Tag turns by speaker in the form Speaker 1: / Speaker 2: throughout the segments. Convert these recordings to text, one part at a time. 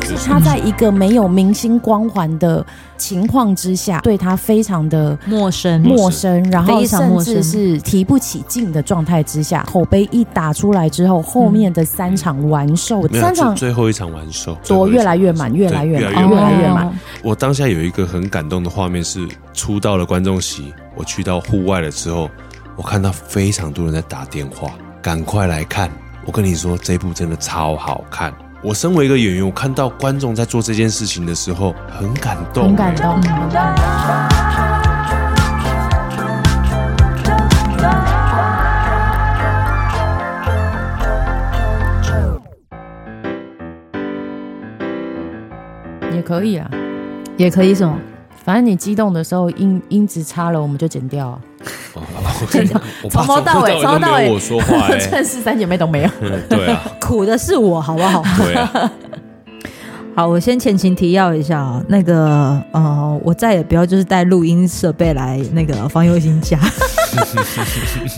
Speaker 1: 就是他在一个没有明星光环的情况之下，对他非常的
Speaker 2: 陌生，
Speaker 1: 陌生，然后
Speaker 2: 非常
Speaker 1: 甚
Speaker 2: 陌生
Speaker 1: 至是提不起劲的状态之下，口碑一打出来之后，后面的三场完售，
Speaker 3: 没有
Speaker 1: 三
Speaker 3: 最
Speaker 1: 场
Speaker 3: 最后一场完售，最
Speaker 1: 多
Speaker 3: 后一场
Speaker 1: 越来越满，越来越
Speaker 3: 对
Speaker 1: 满，
Speaker 3: 越
Speaker 1: 越来越满。
Speaker 2: 哦
Speaker 3: 我当下有一个很感动的画面是，出到了观众席，我去到户外了之后，我看到非常多人在打电话，赶快来看！我跟你说，这部真的超好看。我身为一个演员，我看到观众在做这件事情的时候，很感动，
Speaker 1: 很感动。也可以啊，
Speaker 2: 也可以什么？
Speaker 1: 反正你激动的时候音音质差了，我们就剪掉啊。
Speaker 3: 哦。我爸
Speaker 1: 从头到尾
Speaker 3: 从头
Speaker 1: 从头到
Speaker 3: 都没
Speaker 1: 尾
Speaker 3: 有我说话 哎、
Speaker 1: 正式三姐妹都没有。
Speaker 3: 嗯对啊，
Speaker 2: 苦的是我，好不好？
Speaker 3: 对啊，
Speaker 2: 好，我先前情提要一下啊，那个呃，我再也不要就是带录音设备来那个方佑新家，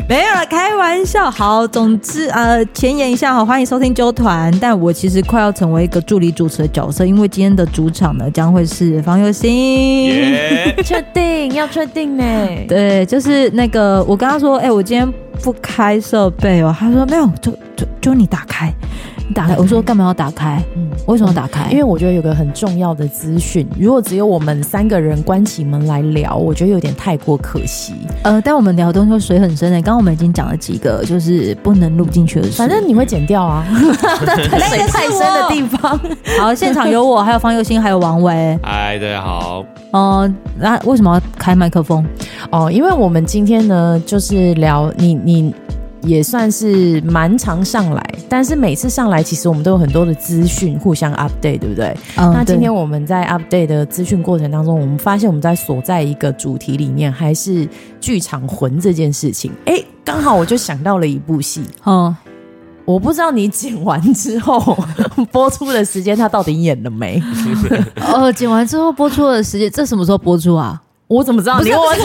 Speaker 2: 没有了，开玩笑。好，总之呃，前言一下好，欢迎收听纠团。但我其实快要成为一个助理主持的角色，因为今天的主场呢将会是方佑新。
Speaker 3: 耶、
Speaker 1: 确定要确定呢？
Speaker 2: 对，就是那个我跟他说，哎、我今天不开设备哦。他说没有，就就就你打开，你打开。我说干嘛要打开？
Speaker 1: 嗯，
Speaker 2: 为什么要打开？
Speaker 1: 因为我觉得有个很重要的资讯，如果只有我们三个人关起门来聊，我觉得有点太过可惜。
Speaker 2: 呃，但我们聊的东西都水很深的、刚刚我们已经讲了几个，就是不能录进去的事。
Speaker 1: 反正你会剪掉啊，水太深的地方。
Speaker 2: 好，现场有我，还有方佑兴，还有王维。
Speaker 3: 嗨，大家好，
Speaker 2: 哦、那、为什么要开麦克风？
Speaker 1: 哦，因为我们今天呢，就是聊你你。也算是蛮常上来，但是每次上来，其实我们都有很多的资讯互相 update，对不对？
Speaker 2: 嗯
Speaker 1: 那今
Speaker 2: 对
Speaker 1: 天我们在 update 的资讯过程当中，我们发现我们在所在一个主题里面，还是剧场魂这件事情。哎，刚好我就想到了一部戏，
Speaker 2: 嗯，
Speaker 1: 我不知道你剪完之后 播出的时间，他到底演了没？
Speaker 2: 哦，剪完之后播出的时间，这什么时候播出啊？
Speaker 1: 我怎么知道？你问我
Speaker 2: 哎、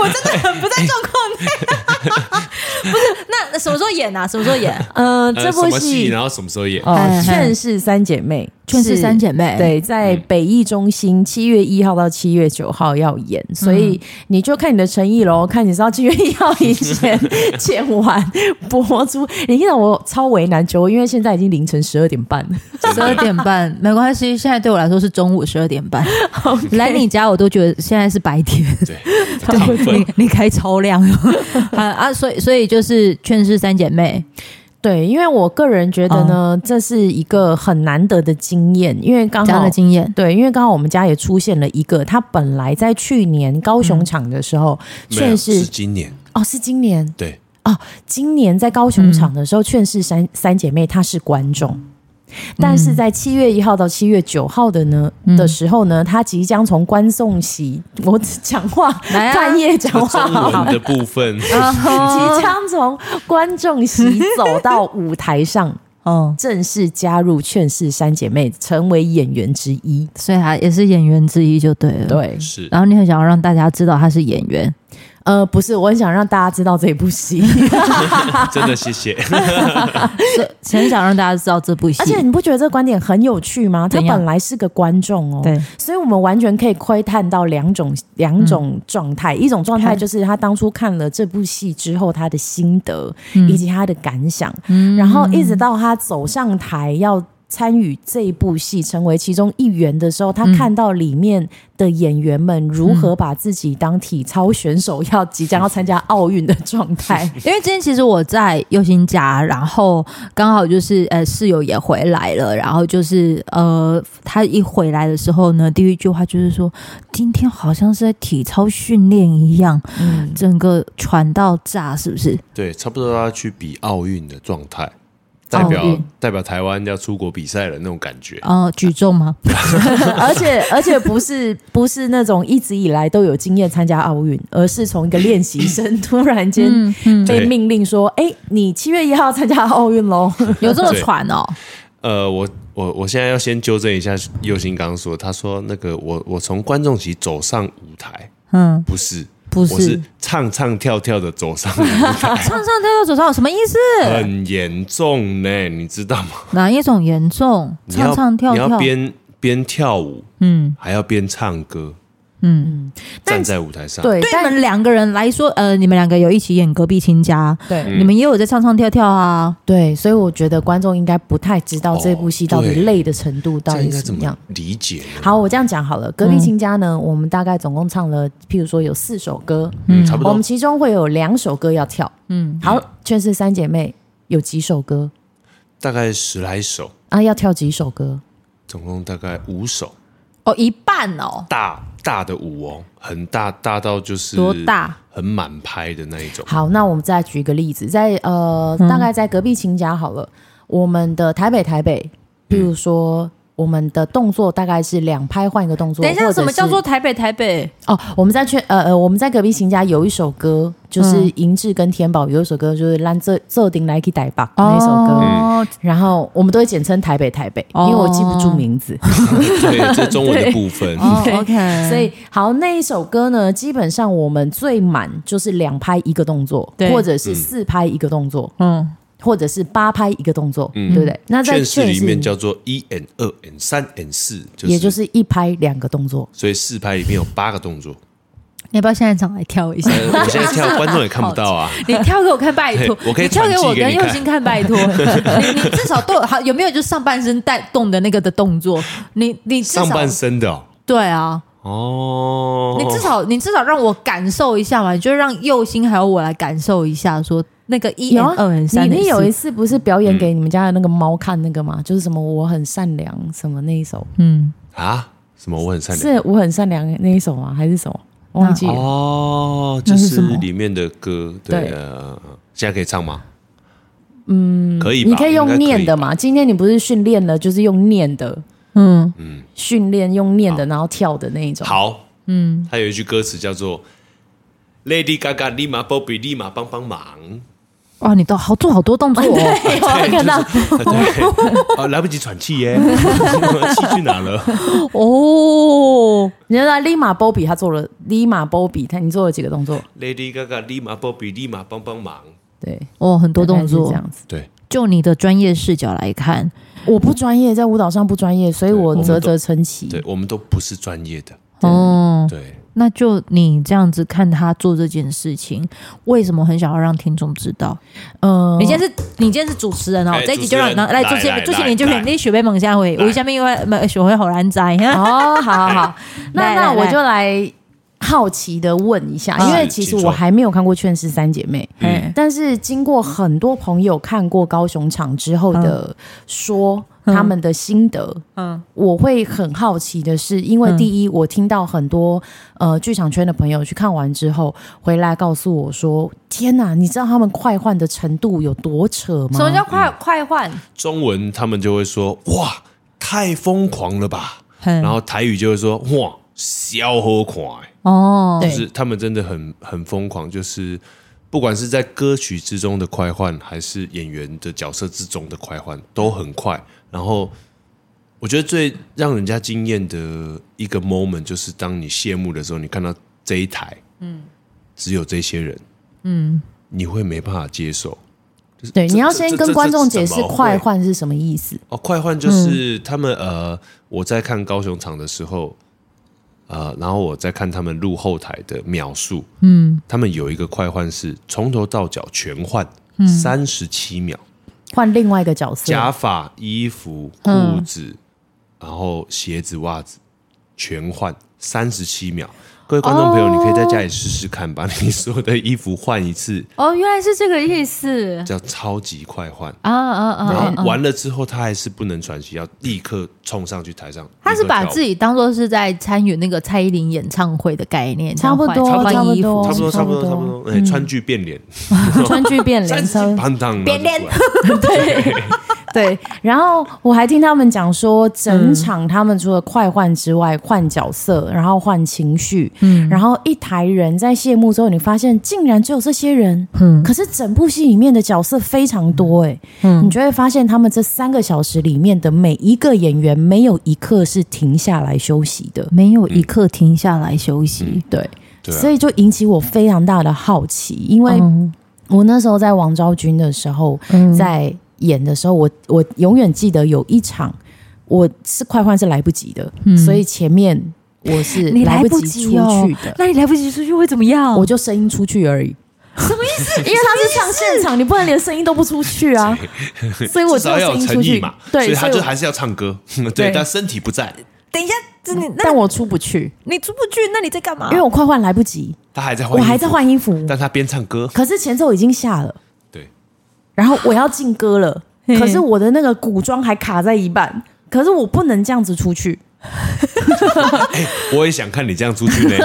Speaker 2: 我真的很不在状况内。不是，那什么时候演啊？什么时候 演？
Speaker 1: 嗯、呃，
Speaker 3: 呃
Speaker 1: 这
Speaker 3: 什
Speaker 1: 部
Speaker 3: 么戏，
Speaker 1: 戏
Speaker 3: 然后什么时候演？
Speaker 1: 哦，
Speaker 2: 哎
Speaker 1: 《劝世三姐妹》，《
Speaker 2: 劝世三姐妹。，
Speaker 1: 对，在北艺中心七月一号到七月九号要演，所以你就看你的诚意喽，看你是要七月一号以 前剪完播出。你看我超为难九，因为现在已经凌晨十二点半了。
Speaker 2: 十二点半没关系，现在对我来说是中午十二点半。来你家我都觉得现在是白天。
Speaker 3: 对，很亢奋
Speaker 2: 你你开超量 啊啊！所以所以就是劝世三姐妹，
Speaker 1: 对，因为我个人觉得呢，这是一个很难得的经验，因为刚
Speaker 2: 这样
Speaker 1: 好
Speaker 2: 的。经验。
Speaker 1: 对，因为刚好我们家也出现了一个，他本来在去年高雄场的时候，
Speaker 3: 没有
Speaker 1: 劝世
Speaker 3: 是今年，
Speaker 1: 哦嗯是今年
Speaker 3: 对，
Speaker 1: 哦今年在高雄
Speaker 2: 嗯
Speaker 1: 场的时候，劝世三三姐妹她是观众，但是在七月一号到七月九号的呢、
Speaker 2: 嗯
Speaker 1: 的时候呢，她即将从观众席，我只讲话
Speaker 2: 来啊
Speaker 1: 半夜讲话
Speaker 3: 中
Speaker 1: 好
Speaker 3: 文
Speaker 1: 了，
Speaker 3: 的部 分。
Speaker 1: 即将从观众席走到舞台上，
Speaker 2: 哦，
Speaker 1: 正式加入劝世三姐妹，成为演员之一。
Speaker 2: 所以她也是演员之一就对了。。
Speaker 1: 对，
Speaker 3: 是，
Speaker 2: 然后你很想要让大家知道她是演员，
Speaker 1: 呃，不是，我很想让大家知道这部 戏，
Speaker 3: 真的谢谢。
Speaker 2: 所以很想让大家知道这部戏。
Speaker 1: 而且你不觉得这个观点很有趣吗？她
Speaker 2: 怎样
Speaker 1: 本来是个观众哦，
Speaker 2: 对，
Speaker 1: 所以我们完全可以窥探到两种两种状态，一种状态就是他当初看了这部戏之后他的心得、以及他的感想，然后一直到他走上台要。参与这一部戏，成为其中一员的时候，他看到里面的演员们如何把自己当体操选手，要即将要参加奥运的状态。
Speaker 2: 因为今天其实我在佑兴家，然后刚好就是呃室友也回来了，然后就是呃他一回来的时候呢，第一句话就是说今天好像是在体操训练一样，
Speaker 1: 嗯，
Speaker 2: 整个喘到炸，是不是？
Speaker 3: 对，差不多要去比奥运的状态，代表
Speaker 2: 奥运
Speaker 3: 代表台湾要出国比赛了那种感觉。
Speaker 2: 呃，举重 吗？
Speaker 1: 而且而且不是不是那种一直以来都有经验参加奥运，而是从一个练习生突然间被
Speaker 3: 对
Speaker 1: 命令说：“哎、你七月一号参加奥运喽
Speaker 2: 有这么
Speaker 3: 对
Speaker 2: 喘哦？
Speaker 3: 呃，我我我现在要先纠正一下佑兴刚刚说，他说那个我我从观众席走上舞台，
Speaker 2: 嗯，
Speaker 3: 不是，
Speaker 2: 不
Speaker 3: 我是
Speaker 2: 是
Speaker 3: 唱唱跳跳的走上舞 台，
Speaker 2: 唱上跳跳走上有什么意思？
Speaker 3: 很严重呢，你知道吗？
Speaker 2: 哪一种严重？
Speaker 3: 你要
Speaker 2: 唱唱跳
Speaker 3: 你要
Speaker 2: 跳，
Speaker 3: 边边跳舞，
Speaker 2: 嗯
Speaker 3: 还要边唱歌，
Speaker 2: 嗯，
Speaker 3: 站在舞台上，
Speaker 1: 对，
Speaker 2: 对你
Speaker 1: 但
Speaker 2: 们两个人来说，呃，你们两个有一起演《隔壁亲家》，
Speaker 1: 对
Speaker 3: 嗯
Speaker 2: 你们也有在唱唱跳跳啊。
Speaker 1: 对，所以我觉得观众应该不太知道这部戏到
Speaker 3: 哦
Speaker 1: 底
Speaker 3: 对
Speaker 1: 累的程度到
Speaker 3: 这
Speaker 1: 底
Speaker 3: 应该
Speaker 1: 什
Speaker 3: 怎
Speaker 1: 么样
Speaker 3: 么。理解呢？
Speaker 1: 好，我这样讲好了。隔壁亲家呢，我们大概总共唱了，譬如说有四首歌，
Speaker 3: 嗯，差不
Speaker 1: 我
Speaker 3: 多
Speaker 1: 们。其中会有两首歌要跳。
Speaker 2: 嗯，
Speaker 1: 好，劝世三姐妹有几首歌
Speaker 3: 大概十来首，
Speaker 1: 啊？要跳几首歌？
Speaker 3: 总共大概五首，
Speaker 2: 哦，一半哦，
Speaker 3: 大大的舞哦，很大，大到就是
Speaker 2: 多大？
Speaker 3: 很满拍的那一种。
Speaker 1: 好，那我们再举一个例子，在呃，大概在隔壁亲家好了，我们的台北台北，譬如说。我们的动作大概是两拍换一个动作，
Speaker 2: 等一
Speaker 1: 或
Speaker 2: 下，
Speaker 1: 者
Speaker 2: 什么叫
Speaker 1: 是
Speaker 2: 做台北台北？
Speaker 1: 哦，我们在圈呃呃，我们在隔壁新家有一首歌，就是银志跟天宝有一首歌，就是《让这这顶来去台北》那首歌。
Speaker 3: 嗯
Speaker 2: 哦，
Speaker 1: 然后我们都会简称台北台北，因为我记不住名字，
Speaker 3: 对，这是中文的部分。
Speaker 2: 哦
Speaker 1: 对
Speaker 2: OK，
Speaker 1: 所以好那一首歌呢，基本上我们最满就是两拍一个动作，
Speaker 2: 对
Speaker 1: 或者是四拍一个动作，
Speaker 2: 嗯，
Speaker 1: 或者是八拍一个动作，对不对？那在
Speaker 3: 嗯劝世
Speaker 1: 确
Speaker 3: 里面
Speaker 1: 实
Speaker 3: 叫做一 and 二 and 三 and 四，就是
Speaker 1: 也就是一拍两个动作，
Speaker 3: 所以四拍里面有八个动作。
Speaker 2: 你要不要现在上来跳 一下？
Speaker 3: 呃我现在跳，观众也看不到啊。
Speaker 2: 你跳给我看，拜托！
Speaker 3: 我可以
Speaker 2: 你跳给我跟
Speaker 3: 传寄给你
Speaker 2: 佑
Speaker 3: 看
Speaker 2: 心看，拜 托！你你至少都好有没有就上半身带动的那个的动作？你你至少
Speaker 3: 上半身的哦，
Speaker 2: 对啊，
Speaker 3: 哦
Speaker 2: 你至少你至少让我感受一下嘛，就让佑心还有我来感受一下，说那个一
Speaker 1: 有啊
Speaker 2: and 二 and 三
Speaker 1: 你你有一
Speaker 2: 一
Speaker 1: 次不是表演
Speaker 3: 嗯
Speaker 1: 给你们家的那个猫看那个吗？就是什么我很善良什么那一首，
Speaker 2: 嗯，
Speaker 3: 啊，什么我很善良
Speaker 1: 是我很善良那一首吗？还是什么？忘记了。
Speaker 3: 哦，
Speaker 2: 那
Speaker 3: 就是
Speaker 2: 什
Speaker 3: 是
Speaker 2: 么
Speaker 3: 里面的歌，对
Speaker 1: 对，
Speaker 3: 呃现在可以唱吗？嗯，可以吧，
Speaker 1: 你可以
Speaker 3: 应该
Speaker 1: 用念的
Speaker 3: 吧？
Speaker 1: 嘛？今天你不是训练了，就是用念的，
Speaker 2: 嗯，
Speaker 1: 训练用念的，然后跳的那一种。
Speaker 3: 好，嗯，他有一句歌词叫做 “Lady Gaga 立马 Bobby 立马帮帮忙
Speaker 2: 哇，你都好做好多动作 哦，
Speaker 1: 对， 我还看到，”，
Speaker 3: 啊，来不及喘气耶， 气去哪了？
Speaker 1: 哦，你知道立马波比他做了立马波比，他你做了几个动作？
Speaker 3: Lady Gaga 立马 Bobby 立马帮帮忙。
Speaker 1: 对，
Speaker 2: 哦，很多
Speaker 1: 大概
Speaker 2: 动
Speaker 1: 是
Speaker 2: 作
Speaker 1: 这。样子。
Speaker 3: 对，
Speaker 2: 就你的专业视角来看，
Speaker 1: 我不专业，在舞蹈上不专业，所以我
Speaker 3: 对我们
Speaker 1: 啧
Speaker 3: 都
Speaker 1: 啧称奇。
Speaker 3: 对，我们都不是专业的，
Speaker 2: 哦，
Speaker 3: 对，
Speaker 2: 那就你这样子看他做这件事情，为什么很想要让听众知道？
Speaker 1: 嗯，
Speaker 2: 你今天是，你今天是主持人哦
Speaker 3: 哎，
Speaker 2: 这一集就让你
Speaker 3: 主持人
Speaker 2: 来
Speaker 3: 来
Speaker 2: 主持人，
Speaker 3: 来
Speaker 2: 主持
Speaker 3: 来
Speaker 2: 人就是
Speaker 3: 来
Speaker 2: 你雪被蒙下回，
Speaker 3: 来
Speaker 2: 我下面又要学会好难摘。
Speaker 1: 哦，好好好， 那
Speaker 2: 来
Speaker 1: 那
Speaker 2: 来
Speaker 1: 我
Speaker 2: 来
Speaker 1: 就来好奇的问一下，
Speaker 2: 嗯
Speaker 1: 因为其实
Speaker 3: 啊请
Speaker 1: 我
Speaker 3: 说
Speaker 1: 还没有看过《劝世三姐妹》，
Speaker 2: 嗯
Speaker 1: 但是经过很多朋友看过高雄场之后的
Speaker 3: 嗯
Speaker 1: 说。他们的心得，
Speaker 2: 嗯
Speaker 1: 我会很好奇的是，因
Speaker 3: 嗯
Speaker 1: 为第一，我听到很多呃剧场圈的朋友去看完之后回来告诉我说：“天哪，你知道他们快换的程度有多扯吗？”
Speaker 2: 什么叫快快换？
Speaker 3: 中文他们就会说哇，太疯狂了吧，
Speaker 2: 嗯
Speaker 3: 然后台语就会说哇，消喝狂、
Speaker 2: 哦，
Speaker 1: 对
Speaker 3: 欸就是他们真的很很疯狂，就是不管是在歌曲之中的快换，还是演员的角色之中的快换，都很快。然后我觉得最让人家惊艳的一个 moment，就是当你谢幕的时候，你看到这一台，嗯，只有这些人，嗯，你会没办法接受。
Speaker 1: 对，
Speaker 3: 这
Speaker 1: 你要
Speaker 3: 这
Speaker 1: 先
Speaker 3: 这
Speaker 1: 跟
Speaker 3: 这
Speaker 1: 观众
Speaker 3: 这
Speaker 1: 解
Speaker 3: 怎
Speaker 1: 释
Speaker 3: 么
Speaker 1: 快
Speaker 3: 会
Speaker 1: 换是什么意思。
Speaker 3: 哦，快换
Speaker 2: 嗯
Speaker 3: 就是他们、呃，我在看高雄场的时候，呃，然后我在看他们录后台的描述，嗯，他们有一个快换是从头到脚全换，
Speaker 2: 嗯
Speaker 3: 三十七秒，
Speaker 1: 换另外一个角色，
Speaker 3: 假发、衣服、裤子，
Speaker 2: 嗯
Speaker 3: 然后鞋子、袜子全换三十七
Speaker 2: 哦
Speaker 3: 秒。各位观众朋友，你可以在家里试试看，把你所有的衣服换一次，
Speaker 2: 哦，原来是这个意思
Speaker 3: 叫超级快换。
Speaker 2: 啊啊啊！
Speaker 3: 然后完了之后，他还是不能喘息，要立刻冲上去台上。
Speaker 2: 他是
Speaker 3: 立刻
Speaker 2: 把
Speaker 3: 跳舞
Speaker 2: 自己当做是在参与那个蔡依林演唱会的概念，
Speaker 1: 差不多
Speaker 2: 这样换
Speaker 1: 差不
Speaker 2: 换
Speaker 1: 多
Speaker 2: 衣
Speaker 1: 哦
Speaker 2: 服
Speaker 3: 差不多，
Speaker 1: 差
Speaker 3: 差
Speaker 1: 不
Speaker 3: 不
Speaker 1: 多嗯
Speaker 3: 多，差不多。哎，川剧变脸，
Speaker 1: 川剧变 脸，稍微
Speaker 3: 胖胖
Speaker 2: 变脸，
Speaker 1: 对，然后我还听他们讲说，
Speaker 3: 嗯
Speaker 1: 整场他们除了快换之外，换角色，然后换情绪，嗯，然后一台人在谢幕之后，你发现竟然只有这些人，嗯，可是整部戏里面的角色非常多、哎，嗯，你就会发现他们这三个小时里面的每一个演员，没有一刻是停下来休息的，
Speaker 2: 没有一刻停下来休息。
Speaker 1: 对，
Speaker 3: 对啊
Speaker 1: 所以就引起我非常大的好奇，因为
Speaker 2: 嗯
Speaker 1: 我那时候在王昭君的时候，
Speaker 2: 嗯
Speaker 1: 在演的时候，我我永远记得有一场我是快换是来不及的，
Speaker 2: 嗯
Speaker 1: 所以前面我是
Speaker 2: 你来
Speaker 1: 来
Speaker 2: 不
Speaker 1: 不
Speaker 2: 及
Speaker 1: 及出
Speaker 2: 哦
Speaker 1: 去的，
Speaker 2: 那你来不及出去会怎么样？
Speaker 1: 我就声音出去而已。
Speaker 2: 什么意 思？
Speaker 1: 因为他是唱现场，你不能连声音都不出去 啊，所以我
Speaker 3: 至
Speaker 1: 就
Speaker 3: 少要
Speaker 1: 声
Speaker 3: 有
Speaker 1: 音出
Speaker 3: 诚
Speaker 1: 去
Speaker 3: 意嘛，，所
Speaker 1: 对，
Speaker 3: 以他
Speaker 1: 以
Speaker 3: 就
Speaker 1: 我
Speaker 3: 还是要唱歌，
Speaker 1: 对
Speaker 3: 对，但身体不在，
Speaker 2: 等一下，这你那
Speaker 1: 但我出不去，
Speaker 2: 你出不去，那你在干嘛？
Speaker 1: 因为我快换来不及，
Speaker 3: 他还在换，
Speaker 1: 我还在，换衣服，
Speaker 3: 但他边唱歌，
Speaker 1: 可是前奏已经下了，
Speaker 3: 对，
Speaker 1: 然后我要进歌了，
Speaker 2: 嘿
Speaker 1: 可是我的那个古装还卡在一半，可是我不能这样子出去，
Speaker 3: 我也想看你这样出 去呢，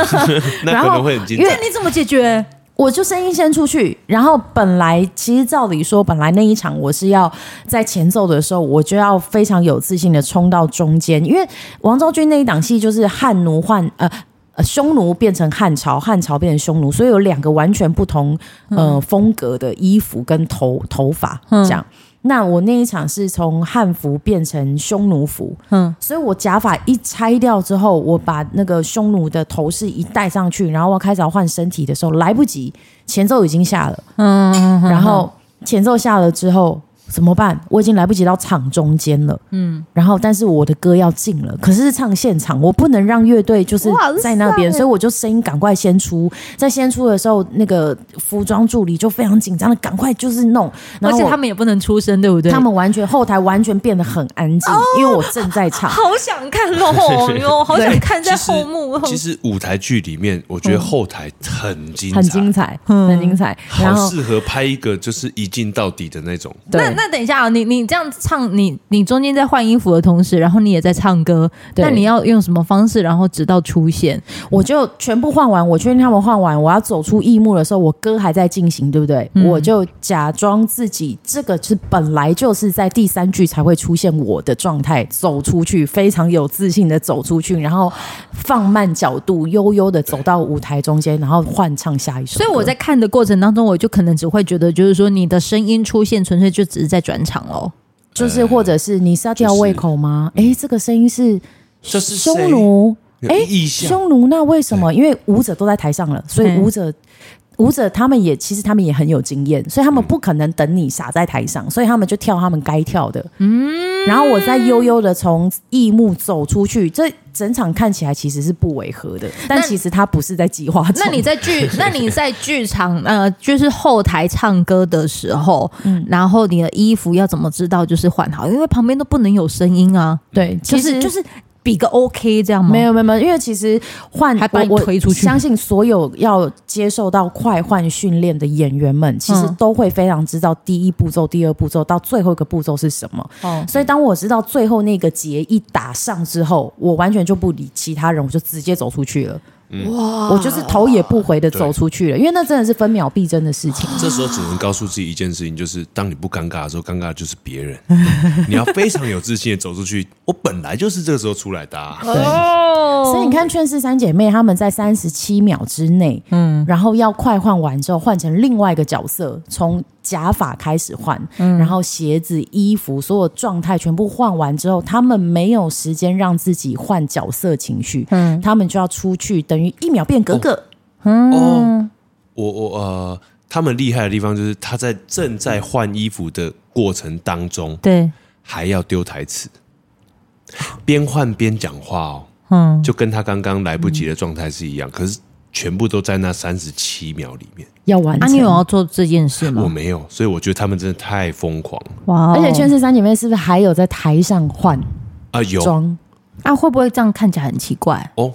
Speaker 3: 那
Speaker 1: 然
Speaker 3: 可
Speaker 1: 后
Speaker 3: 能会很精
Speaker 1: 因
Speaker 3: 彩
Speaker 1: 为。
Speaker 2: 那你怎么解决？
Speaker 1: 我就声音先出去，然后本来其实照理说，本来那一场我是要在前奏的时候，我就要非常有自信的冲到中间，因为王昭君那一档戏就是汉奴换呃。呃，匈奴变成汉朝，汉朝变成匈奴，所以有两个完全不同呃、风格的衣服跟头头发这样。那我那一场是从汉服变成匈奴服，
Speaker 2: 嗯，
Speaker 1: 所以我假发一拆掉之后，我把那个匈奴的头饰一戴上去，然后我开始要换身体的时候，来不及，前奏已经下了，
Speaker 2: 嗯，
Speaker 1: 然后前奏下了之后怎么办？我已经来不及到场中间了，嗯，然后但是我的歌要进了，可是是唱现场，我不能让乐队就是
Speaker 2: 哇欸
Speaker 1: 在那边，
Speaker 2: 塞
Speaker 1: 所以我就声音赶快先出，在先出的时候，那个服装助理就非常紧张的赶快就是弄，然
Speaker 2: 而
Speaker 1: 后
Speaker 2: 且
Speaker 1: 我
Speaker 2: 他们也不能出声，对不对？
Speaker 1: 他 们完全后台完全变得很安
Speaker 2: 哦
Speaker 1: 静，因为我正在唱。
Speaker 2: 好想看落后 哟，好想看在
Speaker 3: 其实
Speaker 2: 后幕。
Speaker 3: 其实舞台剧里面，我觉得后台很精彩，
Speaker 1: 嗯很精彩，
Speaker 2: 嗯
Speaker 1: 很精彩。然
Speaker 3: 好
Speaker 1: 后
Speaker 3: 适合拍一个就是一镜到底的那种。
Speaker 2: 那
Speaker 1: 对，
Speaker 2: 那等一下啊，你你这样唱，你你中间在换衣服的同时，然后你也在唱歌，
Speaker 1: 对
Speaker 2: 那你要用什么方式，然后直到出现？
Speaker 1: 我就全部换完，我确定他们换完，我要走出异幕的时候，我歌还在进行，对不对？我就假装自己这个是本来就是在第三句才会出现我的状态，走出去，非常有自信的走出去，然后放慢角度，悠悠的走到舞台中间，然后换唱下一首歌。
Speaker 2: 所以我在看的过程当中，我就可能只会觉得，就是说你的声音出现，纯粹就只是在转场喽。
Speaker 1: 就是，或者是你是要吊胃口吗？诶，这个声音是
Speaker 3: 这是谁
Speaker 1: 匈奴。
Speaker 3: 有
Speaker 1: 哎
Speaker 3: 意向，
Speaker 1: 匈奴那为什么？因为舞者都在台上了，所以
Speaker 2: 嗯
Speaker 1: 舞者。舞者他们也其实他们也很有经验，所以他们不可能等你傻在台上，
Speaker 2: 嗯
Speaker 1: 所以他们就跳他们该跳的。嗯，然后我再悠悠的从异幕走出去，这整场看起来其实是不违和的，但
Speaker 2: 那
Speaker 1: 其实他不是在计划中。
Speaker 2: 那你在剧，那你在剧场，呃，就是后台唱歌的时候，然后你的衣服要怎么知道就是换好？因为旁边都不能有声音啊，
Speaker 1: 对，
Speaker 2: 就
Speaker 1: 其实
Speaker 2: 是
Speaker 1: 就
Speaker 2: 就是是比个 OK 这样吗？
Speaker 1: 没有没有没有，因为其实换
Speaker 2: 还把你
Speaker 1: 我
Speaker 2: 推出去
Speaker 1: 我相信所有要接受到快换训练的演员们，其实
Speaker 2: 嗯
Speaker 1: 都会非常知道第一步骤、第二步骤到最后一个步骤是什么。
Speaker 2: 哦，
Speaker 1: 所以当我知道最后那个结一打上之后，我完全就不理其他人，我就直接走出去了。哇！我就是头也不回的走出去了，因为那真的是分秒必争的事情。
Speaker 3: 这时候只能告诉自己一件事情，就是当你不尴尬的时候，尴尬的就是别人。你要非常有自信的走出去。我本来就是这个时候出来的、啊，
Speaker 1: 所以你看，劝世三姐妹她们在三十七秒之内，嗯，然后要快换完之后，换成另外一个角色，从假发开始换，然后鞋子、衣服，所有状态全部换完之后，她们没有时间让自己换角色情绪，嗯，她们就要出去，等于一秒变格格。
Speaker 3: 哦，我我呃，他们厉害的地方就是他在正在换衣服的过程当中，
Speaker 2: 对，
Speaker 3: 还要丢台词，边换边讲话哦，
Speaker 2: 嗯，
Speaker 3: 就跟他刚刚来不及的状态是一样，可是全部都在那三十七秒里面。
Speaker 1: 要完
Speaker 2: 啊，
Speaker 1: 成。
Speaker 2: 你有要做这件事
Speaker 3: 我
Speaker 2: 吗？
Speaker 3: 没有，所以我觉得他们真的太疯狂
Speaker 2: 哇哦，
Speaker 1: 而且圈氏三姐妹是不是还有在台上换
Speaker 3: 啊！有
Speaker 1: 装？
Speaker 2: 啊，会不会这样看起来很奇怪？
Speaker 3: 哦，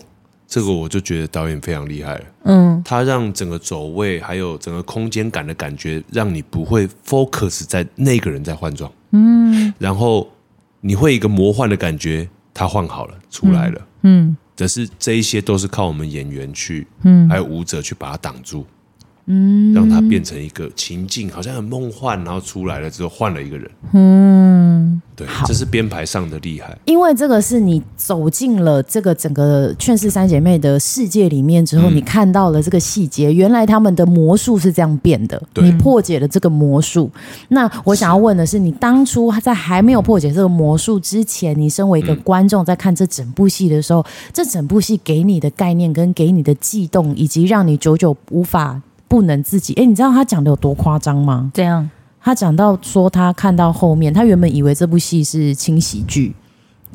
Speaker 3: 这个我就觉得导演非常厉害了。
Speaker 2: 嗯，
Speaker 3: 他让整个走位还有整个空间感的感觉，让你不会 focus 在那个人在换装，嗯，然后你会一个魔幻的感觉，他换好了出来了，嗯，只是这一些都是靠我们演员去，嗯，还有舞者去把它挡住，嗯，让它变成一个情境，好像很梦幻，然后出来了之后换了一个人，嗯，
Speaker 2: 嗯，
Speaker 3: 对
Speaker 1: 好，
Speaker 3: 这是编排上的厉害。
Speaker 1: 因为这个是你走进了这个整个劝世三姐妹的世界里面之后，
Speaker 3: 嗯
Speaker 1: 你看到了这个细节，原来他们的魔术是这样变的，
Speaker 3: 对
Speaker 1: 你破解了这个魔术。那我想要问的是，你当初在还没有破解这个魔术之前，你身为一
Speaker 3: 嗯
Speaker 1: 个观众在看这整部戏的时候，这整部戏给你的概念跟给你的悸动，以及让你久久无法不能自己，哎，你知道他讲的有多夸张吗？
Speaker 2: 这样
Speaker 1: 他讲到说，他看到后面，他原本以为这部戏是轻喜剧，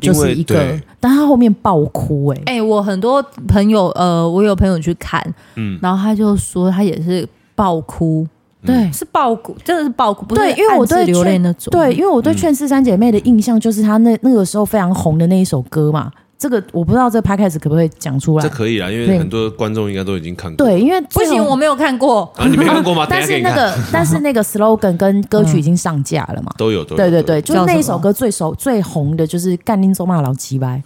Speaker 3: 因
Speaker 1: 就
Speaker 3: 为
Speaker 1: 是一个
Speaker 3: 对，
Speaker 1: 但他后面爆哭、欸，哎、
Speaker 2: 哎、我很多朋友，呃，我有朋友去看，
Speaker 3: 嗯
Speaker 2: 然后他就说他也是爆哭，
Speaker 3: 嗯
Speaker 1: 对
Speaker 2: 是爆哭，真的是爆哭，不是
Speaker 1: 对因为我
Speaker 2: 暗自
Speaker 1: 对
Speaker 2: 流
Speaker 1: 劝
Speaker 2: 泪那种，
Speaker 1: 对，因为我对
Speaker 3: 嗯
Speaker 1: 《劝世三姐妹》的印象就是她那那个时候非常红的那一首歌嘛，这个我不知道这 p 开始可不可以讲出
Speaker 3: 这
Speaker 1: 来。
Speaker 3: 可以啊啦，因
Speaker 1: 对
Speaker 3: 为很多观众应该都已经看过。
Speaker 1: 对，因为
Speaker 2: 不
Speaker 1: 这个
Speaker 2: 行，我没有看过，
Speaker 3: 啊，你没看 过吗？等
Speaker 1: 但
Speaker 3: 一下给
Speaker 1: 是
Speaker 3: 你
Speaker 1: 那
Speaker 3: 看，
Speaker 1: 个 但是那个 slogan 跟歌曲已经上架了嘛。
Speaker 3: 都有都有。
Speaker 1: 对对
Speaker 3: 都有，
Speaker 1: 对，就
Speaker 2: 叫
Speaker 1: 是
Speaker 2: 什
Speaker 1: 那
Speaker 2: 么
Speaker 1: 一首歌最首最红的就是“干拎走骂老鸡掰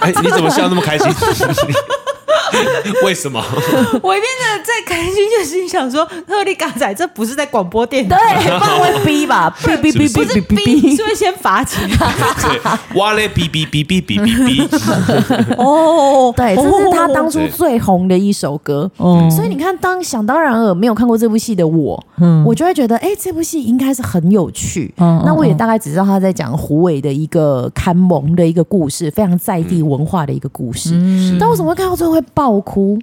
Speaker 3: 哎，你怎么笑那么开心？ 为什么？
Speaker 2: 我一边的在开心，就心想说，鹤立嘎仔，这不是在广播电”，台，
Speaker 1: 对，放会逼 吧，逼逼逼逼
Speaker 3: 是不
Speaker 1: 逼
Speaker 2: 是
Speaker 1: 逼
Speaker 2: 逼，
Speaker 1: 逼
Speaker 2: 是，会先罚钱
Speaker 3: 对，哇嘞，哔哔哔哔哔哔哔，
Speaker 2: 哦，
Speaker 1: 对，这是他当初
Speaker 3: 对
Speaker 1: 最红的一首歌。
Speaker 2: 哦
Speaker 1: 所以你看，当想当然尔没有看过这部戏的我，我就会觉得，哎、这部戏应该是很有趣。
Speaker 2: 嗯嗯嗯
Speaker 1: 那我也大概只知道他在讲胡伟的一个看蒙的一个故事，非常在地文化的一个故事。
Speaker 2: 嗯
Speaker 1: 但我怎么会看到最后会爆哭？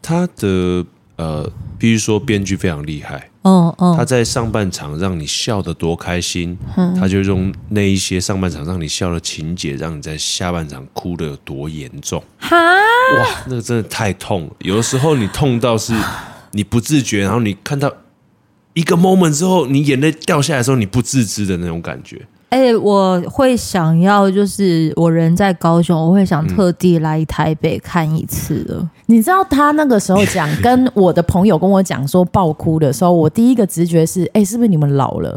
Speaker 3: 他的呃，必须说编剧非常厉害。
Speaker 2: 哦
Speaker 3: 他
Speaker 1: 嗯
Speaker 2: 哦，
Speaker 3: 在上半场让你笑得多开心，他就用那一些上半场让你笑的情节，让你在下半场哭得有多严重。
Speaker 2: 哈，
Speaker 3: 哇，那个真的太痛了。有的时候你痛到是 你不自觉，然后你看到一个 moment 之后，你眼泪掉下来的时候，你不自知的那种感 觉。
Speaker 2: 哎、我会想要，就是我人在高雄，我会想特地来台北看一次的。
Speaker 1: 你知道他那个时候 讲，跟我的朋友跟我讲说爆哭的时候，我第一个直觉是，哎、是不是你们老 了？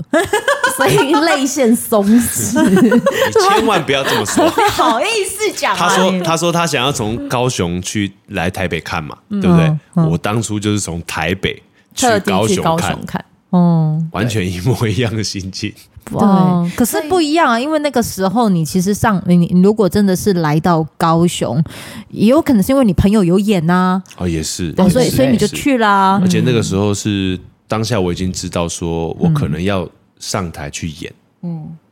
Speaker 1: 所以泪腺松弛。
Speaker 3: 你千万不要这么 说。
Speaker 2: 你好意思
Speaker 1: 啊
Speaker 2: 讲
Speaker 3: 他
Speaker 1: 哎
Speaker 3: 说：“他说他想要从高雄去来台北看嘛，对不对？我当初就是从台北去
Speaker 1: 嗯特地
Speaker 3: 高
Speaker 1: 去
Speaker 3: 雄
Speaker 1: 高
Speaker 3: 看
Speaker 1: 雄，看，
Speaker 2: 哦，
Speaker 3: 完全一模一样的心境。
Speaker 2: 哇，可是
Speaker 1: 所以
Speaker 2: 不一样啊，因为那个时候你其实上你你如果真的是来到高雄，也有可能是因为你朋友有演呐、
Speaker 3: 哦，也是，
Speaker 2: 哦，所以
Speaker 3: 也是
Speaker 2: 所以你就。
Speaker 3: 也是
Speaker 2: 去啦
Speaker 3: 而。且那个时候是当下，我已经知道说我
Speaker 2: 嗯
Speaker 3: 可能要上台去演，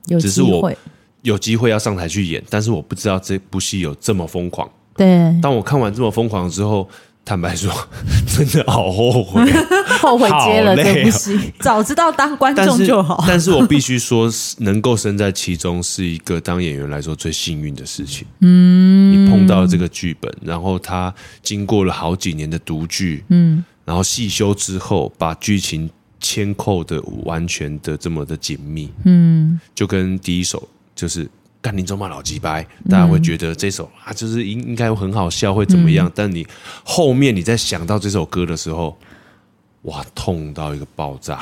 Speaker 1: 有
Speaker 3: 只
Speaker 1: 机
Speaker 3: 是我
Speaker 1: 会。
Speaker 3: 有机会要上台去演，但是我不知道这部戏有这么疯狂。
Speaker 2: 对，
Speaker 3: 当我看完这么疯狂之后，坦白说， 真的好后悔。
Speaker 1: 后悔接了这部戏。
Speaker 2: 早知道当观
Speaker 3: 但
Speaker 2: 众
Speaker 3: 是。
Speaker 2: 就好
Speaker 3: 但是我必须说，能够身在其中是一个当演员来说最幸运的事情。嗯，你碰到这个剧本，然后他经过了好几年的读剧，嗯，然后细修之后，把剧情牵扣的完全的这么的紧密，嗯，就跟第一首就是。干林中骂老鸡掰，大家会觉得这首、啊，就是应应该会很好笑，会怎么
Speaker 2: 嗯
Speaker 3: 样？但你后面你在想到这首歌的时候，哇，痛到一个爆炸！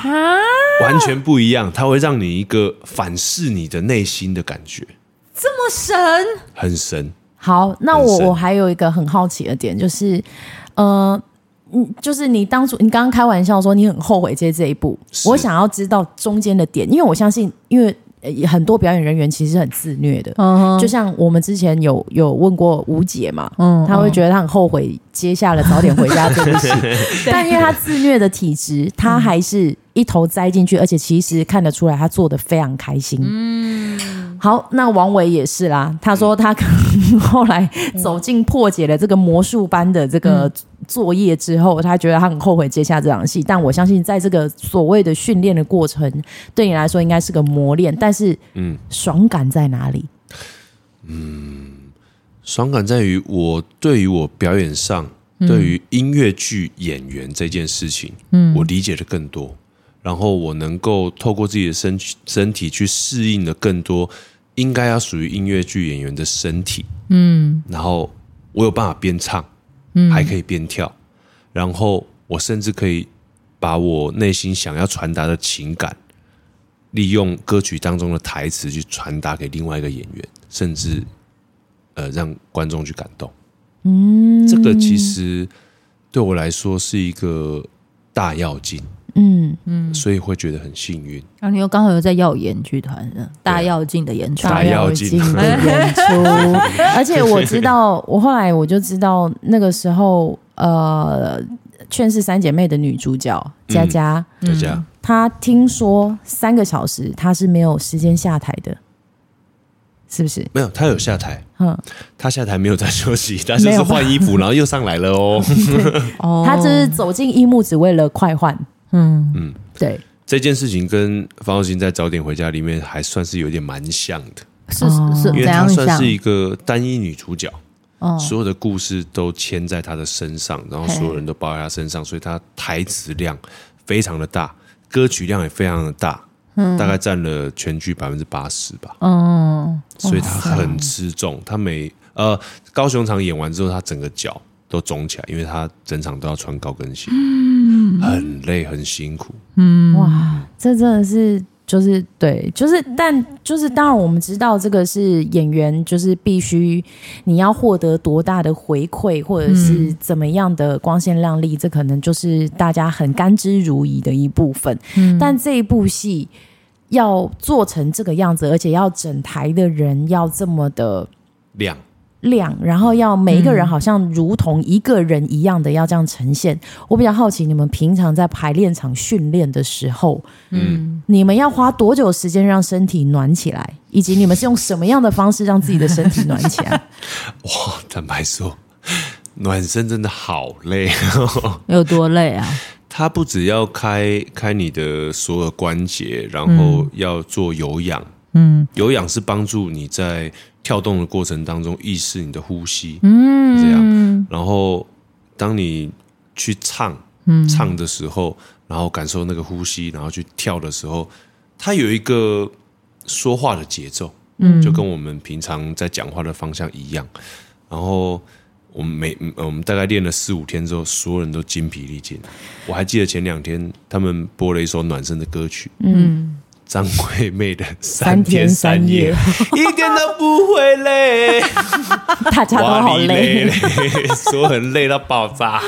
Speaker 3: 完全不一样，它会让你一个反噬你的内心的感觉，
Speaker 2: 这么神，
Speaker 3: 很神。
Speaker 1: 好，那我
Speaker 3: 本身
Speaker 1: 我还有一个很好奇的点，就是，呃，嗯，就是你当初你刚刚开玩笑说你很后悔接这一步，
Speaker 3: 是
Speaker 1: 我想要知道中间的点，因为我相信，因为。呃很多表演人员其实很自虐的，
Speaker 2: 嗯
Speaker 1: 就像我们之前有有问过吴姐嘛，
Speaker 2: 嗯
Speaker 1: 她会觉得她很后悔接下了早点回家这部戏，但因为她自虐的体质，她还是一头栽进去，而且其实看得出来她做的非常开心，好，那王维也是啦。他说他可能 后来走进破解了这个魔术班的这个作业之后，他觉得他很后悔接下这场戏。但我相信，在这个所谓的训练的过程，对你来说应该是个磨练。但是，嗯，爽感在哪里？
Speaker 3: 爽感在于我对于我表演上，对于音乐剧演员这件事情，嗯，我理解的更多，然后我能够透过自己的身身体去适应的更多，应该要属于音乐剧演员的身体，嗯，然后我有办法边唱，嗯，还可以边跳，然后我甚至可以把我内心想要传达的情感，利用歌曲当中的台词去传达给另外一个演员，甚至呃让观众去感动。嗯，这个其实对我来说是一个大要劲。
Speaker 1: 嗯，
Speaker 3: 所以会觉得很幸运。
Speaker 2: 然后你又刚好又在耀眼剧团的大耀进的演出，
Speaker 3: 大跃
Speaker 1: 跃
Speaker 3: 进
Speaker 1: 进的演出，而且我知道，我后来我就知道那个时候，呃，《劝世三姐妹》的女主角佳佳，
Speaker 3: 大家
Speaker 1: 她听说三个小时她是没有时间下台的，是不是？
Speaker 3: 没有，他有下台，
Speaker 1: 嗯，
Speaker 3: 他下台没有在休息，他就
Speaker 1: 没
Speaker 3: 是
Speaker 1: 有
Speaker 3: 换衣服，然后又上来了哦。
Speaker 2: 哦
Speaker 1: 她就是走进一幕只为了快换，
Speaker 2: 嗯
Speaker 1: 对，
Speaker 3: 这件事情跟方浩鑫在《早点回家》里面还算是有点蛮像的，
Speaker 2: 是是
Speaker 3: 因
Speaker 2: 怎
Speaker 3: 为她
Speaker 2: 样
Speaker 3: 算
Speaker 2: 想
Speaker 3: 是一个单一女主角，
Speaker 2: 哦
Speaker 3: 所有的故事都牵在她的身上，然后所有人都包在她身上，所以她台词量非常的大，歌曲量也非常的大，大概占了全剧百分之八十吧。
Speaker 2: 嗯
Speaker 3: 所以他很吃重。他每呃高雄场演完之后，他整个脚都肿起来，因为他整场都要穿高跟鞋，
Speaker 2: 嗯
Speaker 3: 很累很辛苦。
Speaker 1: 哇，这真的是就是对，就是但就是当然我们知道这个是演员，就是必须你要获得多大的回馈，或者是怎么样的光鲜亮丽，这可能就是大家很甘之如饴的一部分。
Speaker 2: 嗯
Speaker 1: 但这一部戏要做成这个样子，而且要整台的人要这么的。
Speaker 3: 亮，
Speaker 1: 亮，然后要每一个
Speaker 3: 嗯
Speaker 1: 人好像如同一个人一样的要这样呈现。我比较好奇，你们平常在排练场训练的时候，
Speaker 2: 嗯，
Speaker 1: 你们要花多久时间让身体暖起来，以及你们是用什么样的方式让自己的身体暖起 来？
Speaker 3: 哇！坦白说，暖身真的好累。
Speaker 2: 有多累啊？
Speaker 3: 他不只要开开你的所有关节，然后要做有氧。
Speaker 2: 嗯
Speaker 3: 有氧是帮助你在跳动的过程当中意识你的呼吸，
Speaker 2: 嗯，
Speaker 3: 这样然后当你去唱，
Speaker 1: 嗯
Speaker 3: 唱的时候，然后感受那个呼吸，然后去跳的时候，它有一个说话的节奏，嗯，就跟我们平常在讲话的方向一样。然后我们每嗯我们大概练了四五天之后，所有人都精疲力尽。我还记得前两天他们播了一首暖身的歌曲，
Speaker 2: 嗯，
Speaker 3: 张惠妹的《
Speaker 1: 三天三夜》，
Speaker 3: 一点都不会累，
Speaker 1: 大家都好
Speaker 3: 哇你
Speaker 1: 累，
Speaker 3: 嘞，所有人累到爆炸。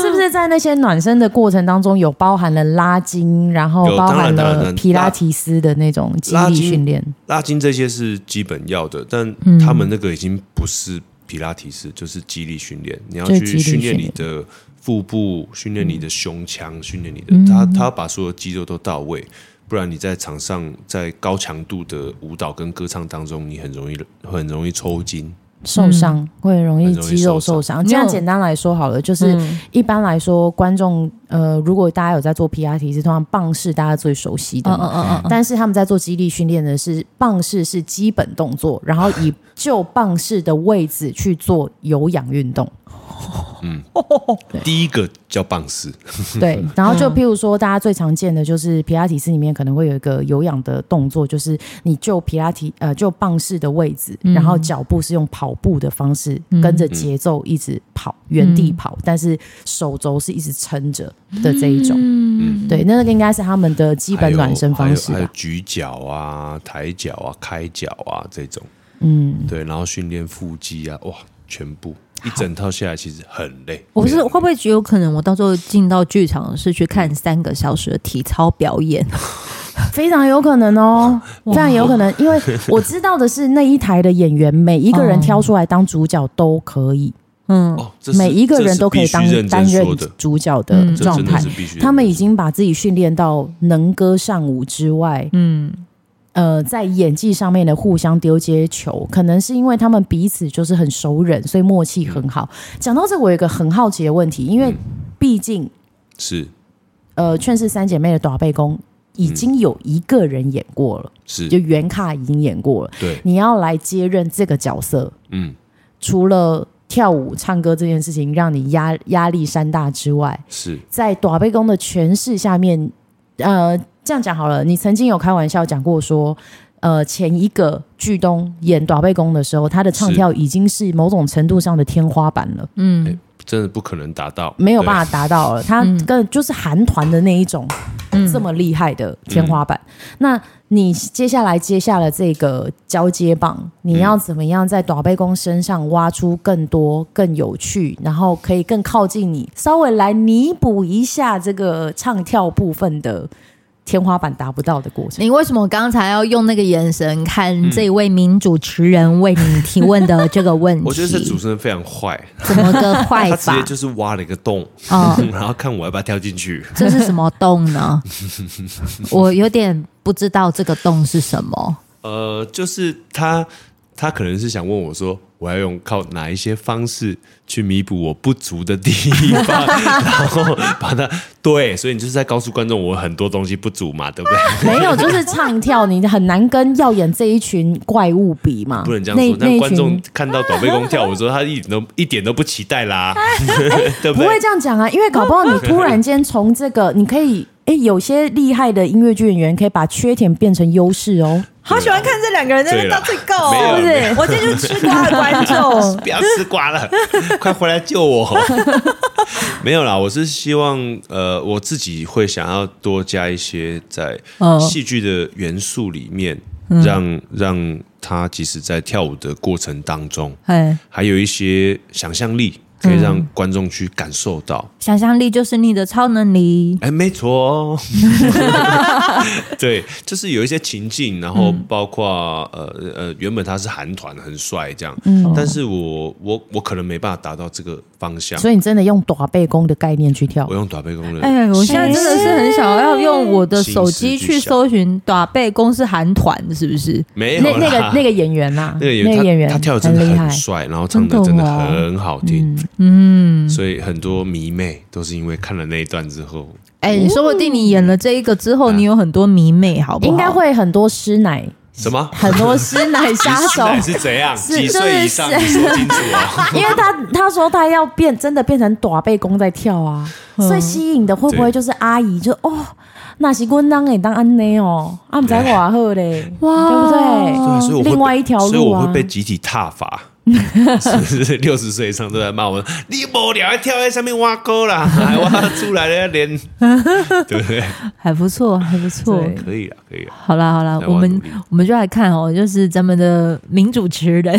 Speaker 1: 是不是在那些暖身的过程当中，有包含了拉筋，然后
Speaker 3: 有
Speaker 1: 包含
Speaker 3: 当然当
Speaker 1: 了
Speaker 3: 然
Speaker 1: 皮拉提斯的那种肌
Speaker 3: 拉
Speaker 1: 力
Speaker 3: 筋
Speaker 1: 训练？
Speaker 3: 拉筋这些是基本要的，但他们那个已经不是皮拉提斯，就是肌力训练。你要
Speaker 1: 就是
Speaker 3: 去
Speaker 1: 肌力
Speaker 3: 训练
Speaker 1: 训练
Speaker 3: 你的腹部，训练你的胸腔，训练你的他他要把所有肌肉都到位，不然你在场上在高强度的舞蹈跟歌唱当中，你很容易很容易抽筋。
Speaker 1: 受伤
Speaker 2: 嗯
Speaker 1: 会容易
Speaker 3: 很容易
Speaker 1: 肌肉
Speaker 3: 受
Speaker 1: 受伤。这样简单来说好了，就是
Speaker 2: 嗯
Speaker 1: 一般来说，观众呃，如果大家有在做皮拉提斯，通常棒式大家最熟悉的
Speaker 2: 嗯
Speaker 1: 嘛，
Speaker 2: 嗯嗯嗯，
Speaker 1: 但是他们在做肌力训练的是棒式是基本动作，然后以就棒式的位置去做有氧运动。
Speaker 3: 第一个叫棒式，
Speaker 1: 对，
Speaker 3: 嗯
Speaker 1: 然后就譬如说，大家最常见的就是皮拉提斯里面可能会有一个有氧的动作，就是你就皮拉提呃就棒式的位置，然后脚步是用跑步的方式跟着节奏一直跑，原地跑，但是手肘是一直撑着的这一种。对，那个应该是他们的基本暖身方式
Speaker 3: 嗯
Speaker 1: 吧
Speaker 3: 还有还有还有。举脚啊、抬脚啊、开脚啊这种，
Speaker 1: 嗯，
Speaker 3: 对，然后训练腹肌啊，哇，全部一整套下来其实很累。
Speaker 2: 我不是
Speaker 3: 非常
Speaker 2: 会不会觉得有可能我到时候进到剧场是去看三个小时的体操表演？
Speaker 1: 非常有可能 哦，非常有可能，因为我知道的是那一台的演员，每一个人挑出来当主角都可以，
Speaker 2: 嗯
Speaker 3: 哦，嗯这是
Speaker 1: 每一个人都可以当
Speaker 3: 这是必须
Speaker 1: 担
Speaker 3: 认真
Speaker 1: 任
Speaker 3: 说的，
Speaker 1: 主角
Speaker 2: 嗯
Speaker 1: 的
Speaker 3: 这
Speaker 1: 状
Speaker 3: 真的
Speaker 1: 态
Speaker 3: 是。必须。
Speaker 1: 他们已经把自己训练到能歌善舞之外，
Speaker 2: 嗯，
Speaker 1: 呃，在演技上面的互相丢接球，可能是因为他们彼此就是很熟人，所以默契
Speaker 3: 嗯
Speaker 1: 很好。讲到这个，我有一个很好奇的问题，因为毕竟
Speaker 3: 是
Speaker 1: 呃，《劝世三姐妹》的短背公已经有一个人演过了，
Speaker 3: 嗯是
Speaker 1: 就，袁卡已经演过了。
Speaker 3: 对，
Speaker 1: 你要来接任这个角色，
Speaker 3: 嗯，
Speaker 1: 除了跳舞、唱歌这件事情让你压压力山大之外，
Speaker 3: 是
Speaker 1: 在短背公的诠释下面，呃，这样讲好了，你曾经有开玩笑讲过说，呃前一个剧东演《短背公》的时候，他的唱跳已经是某种程度上的天花板了，
Speaker 2: 嗯
Speaker 3: 真的不可能达到，
Speaker 1: 没有办
Speaker 3: 法。
Speaker 1: 法达到了。他跟就是韩团的那一种
Speaker 2: 嗯
Speaker 1: 这么厉害的天花板。那你接下来接下了这个交接棒，你要怎么样在短背公身上挖出更多、更有趣，然后可以更靠近你，稍微来弥补一下这个唱跳部分的天花板达不到的过程？
Speaker 2: 你为什么刚才要用那个眼神
Speaker 3: 嗯
Speaker 2: 看这位名主持人为你提问的这个问题？
Speaker 3: 我觉得这主持人非常坏，
Speaker 2: 怎么个坏
Speaker 3: 他直
Speaker 2: 法
Speaker 3: 接就是挖了一 个洞，
Speaker 2: 哦
Speaker 3: 然后看我要不要跳进去。
Speaker 2: 这是什么洞呢？我有点不知道这个洞是什么。
Speaker 3: 呃，就是他，他可能是想问我说，我要用靠哪一些方式去弥补我不足的地方， 然后把它对，所以你就是在告诉观众我很多东西不足嘛，对不 对？
Speaker 1: 没有，就是唱跳，你很难跟耀眼这一群怪物比嘛。
Speaker 3: 不能这样
Speaker 1: 那
Speaker 3: 说，
Speaker 1: 那
Speaker 3: 但
Speaker 1: 一
Speaker 3: 观众
Speaker 1: 群
Speaker 3: 看到短背公跳舞之后，他一点都一点都不期待 啦，对不
Speaker 1: 不
Speaker 3: 对？
Speaker 1: 会这样讲啊，因为搞不好你突然间从这个，你可以哎，有些厉害的音乐剧演员可以把缺点变成优势哦。
Speaker 2: 好喜欢看这两个人在那边到最高、
Speaker 3: 对
Speaker 2: 哦，是
Speaker 3: 啦
Speaker 2: 不
Speaker 3: 没有
Speaker 2: 是？我这就是吃瓜的观众。
Speaker 3: 不要吃瓜了，快回来救我！ 没有啦，我是希望呃，我自己会想要多加一些在
Speaker 2: 哦嗯
Speaker 3: 戏剧的元素里面，让让他即使在跳舞的过程当中，
Speaker 2: 哎，
Speaker 3: 还有一些想象力，可以
Speaker 2: 嗯
Speaker 3: 让观众去感受到。
Speaker 2: 想象力就是你的超能力。
Speaker 3: 哎，没错哦， 对，就是有一些情境，然
Speaker 1: 嗯
Speaker 3: 后包括、呃呃，原本他是韩团，很帅这样，
Speaker 1: 嗯
Speaker 3: 但是我我我可能没办法达到这个方向，
Speaker 1: 所以你真的用短背弓的概念去跳
Speaker 3: 我，用短背功能，
Speaker 2: 哎，我现在真的是很想要用我的手机去搜寻“打贝公司韩团”，是不是？
Speaker 3: 没有
Speaker 1: 那那个
Speaker 3: 啦
Speaker 1: 那个演员呐、
Speaker 3: 那个演员他
Speaker 1: 演员
Speaker 3: 他跳的真
Speaker 1: 很
Speaker 3: 的
Speaker 1: 厉害
Speaker 3: 很。帅，然后唱的真
Speaker 2: 真的
Speaker 3: 的
Speaker 2: 哦
Speaker 3: 很好听，嗯，所以很多迷妹都是因为看了那一段之后，
Speaker 2: 哎，说不定你演了这一个之
Speaker 3: 嗯
Speaker 2: 后，你有很多迷妹，好不好？
Speaker 1: 应该会很多师奶，
Speaker 3: 什么
Speaker 1: 很多师奶杀 手，
Speaker 3: 你是怎样？
Speaker 1: 是
Speaker 3: 几岁以上？
Speaker 1: 就是
Speaker 3: 你说清楚哦。
Speaker 1: 因为他他说他要变真的变成短背弓在跳啊，
Speaker 3: 嗯
Speaker 1: 所以吸引的会不会就是阿姨就哦，那是滚当给当安内哦，啊，不知我好嘞，
Speaker 2: 哇
Speaker 1: 对不对？
Speaker 3: 对，啊所以我会
Speaker 1: 另外一条路啊
Speaker 3: 所以我会被集体挞伐。 是不是六十岁以上都在骂我？你无聊，还跳在上面挖沟啦， 还挖出来 了连，对不对？哦
Speaker 2: 还不错， 还不错。
Speaker 1: 对
Speaker 3: 可以了，可以啊了。
Speaker 2: 好啦好啦
Speaker 3: 来，
Speaker 2: 我
Speaker 3: 我
Speaker 2: 们
Speaker 3: 努力
Speaker 2: 我们就来看哦，就是咱们的名主持 人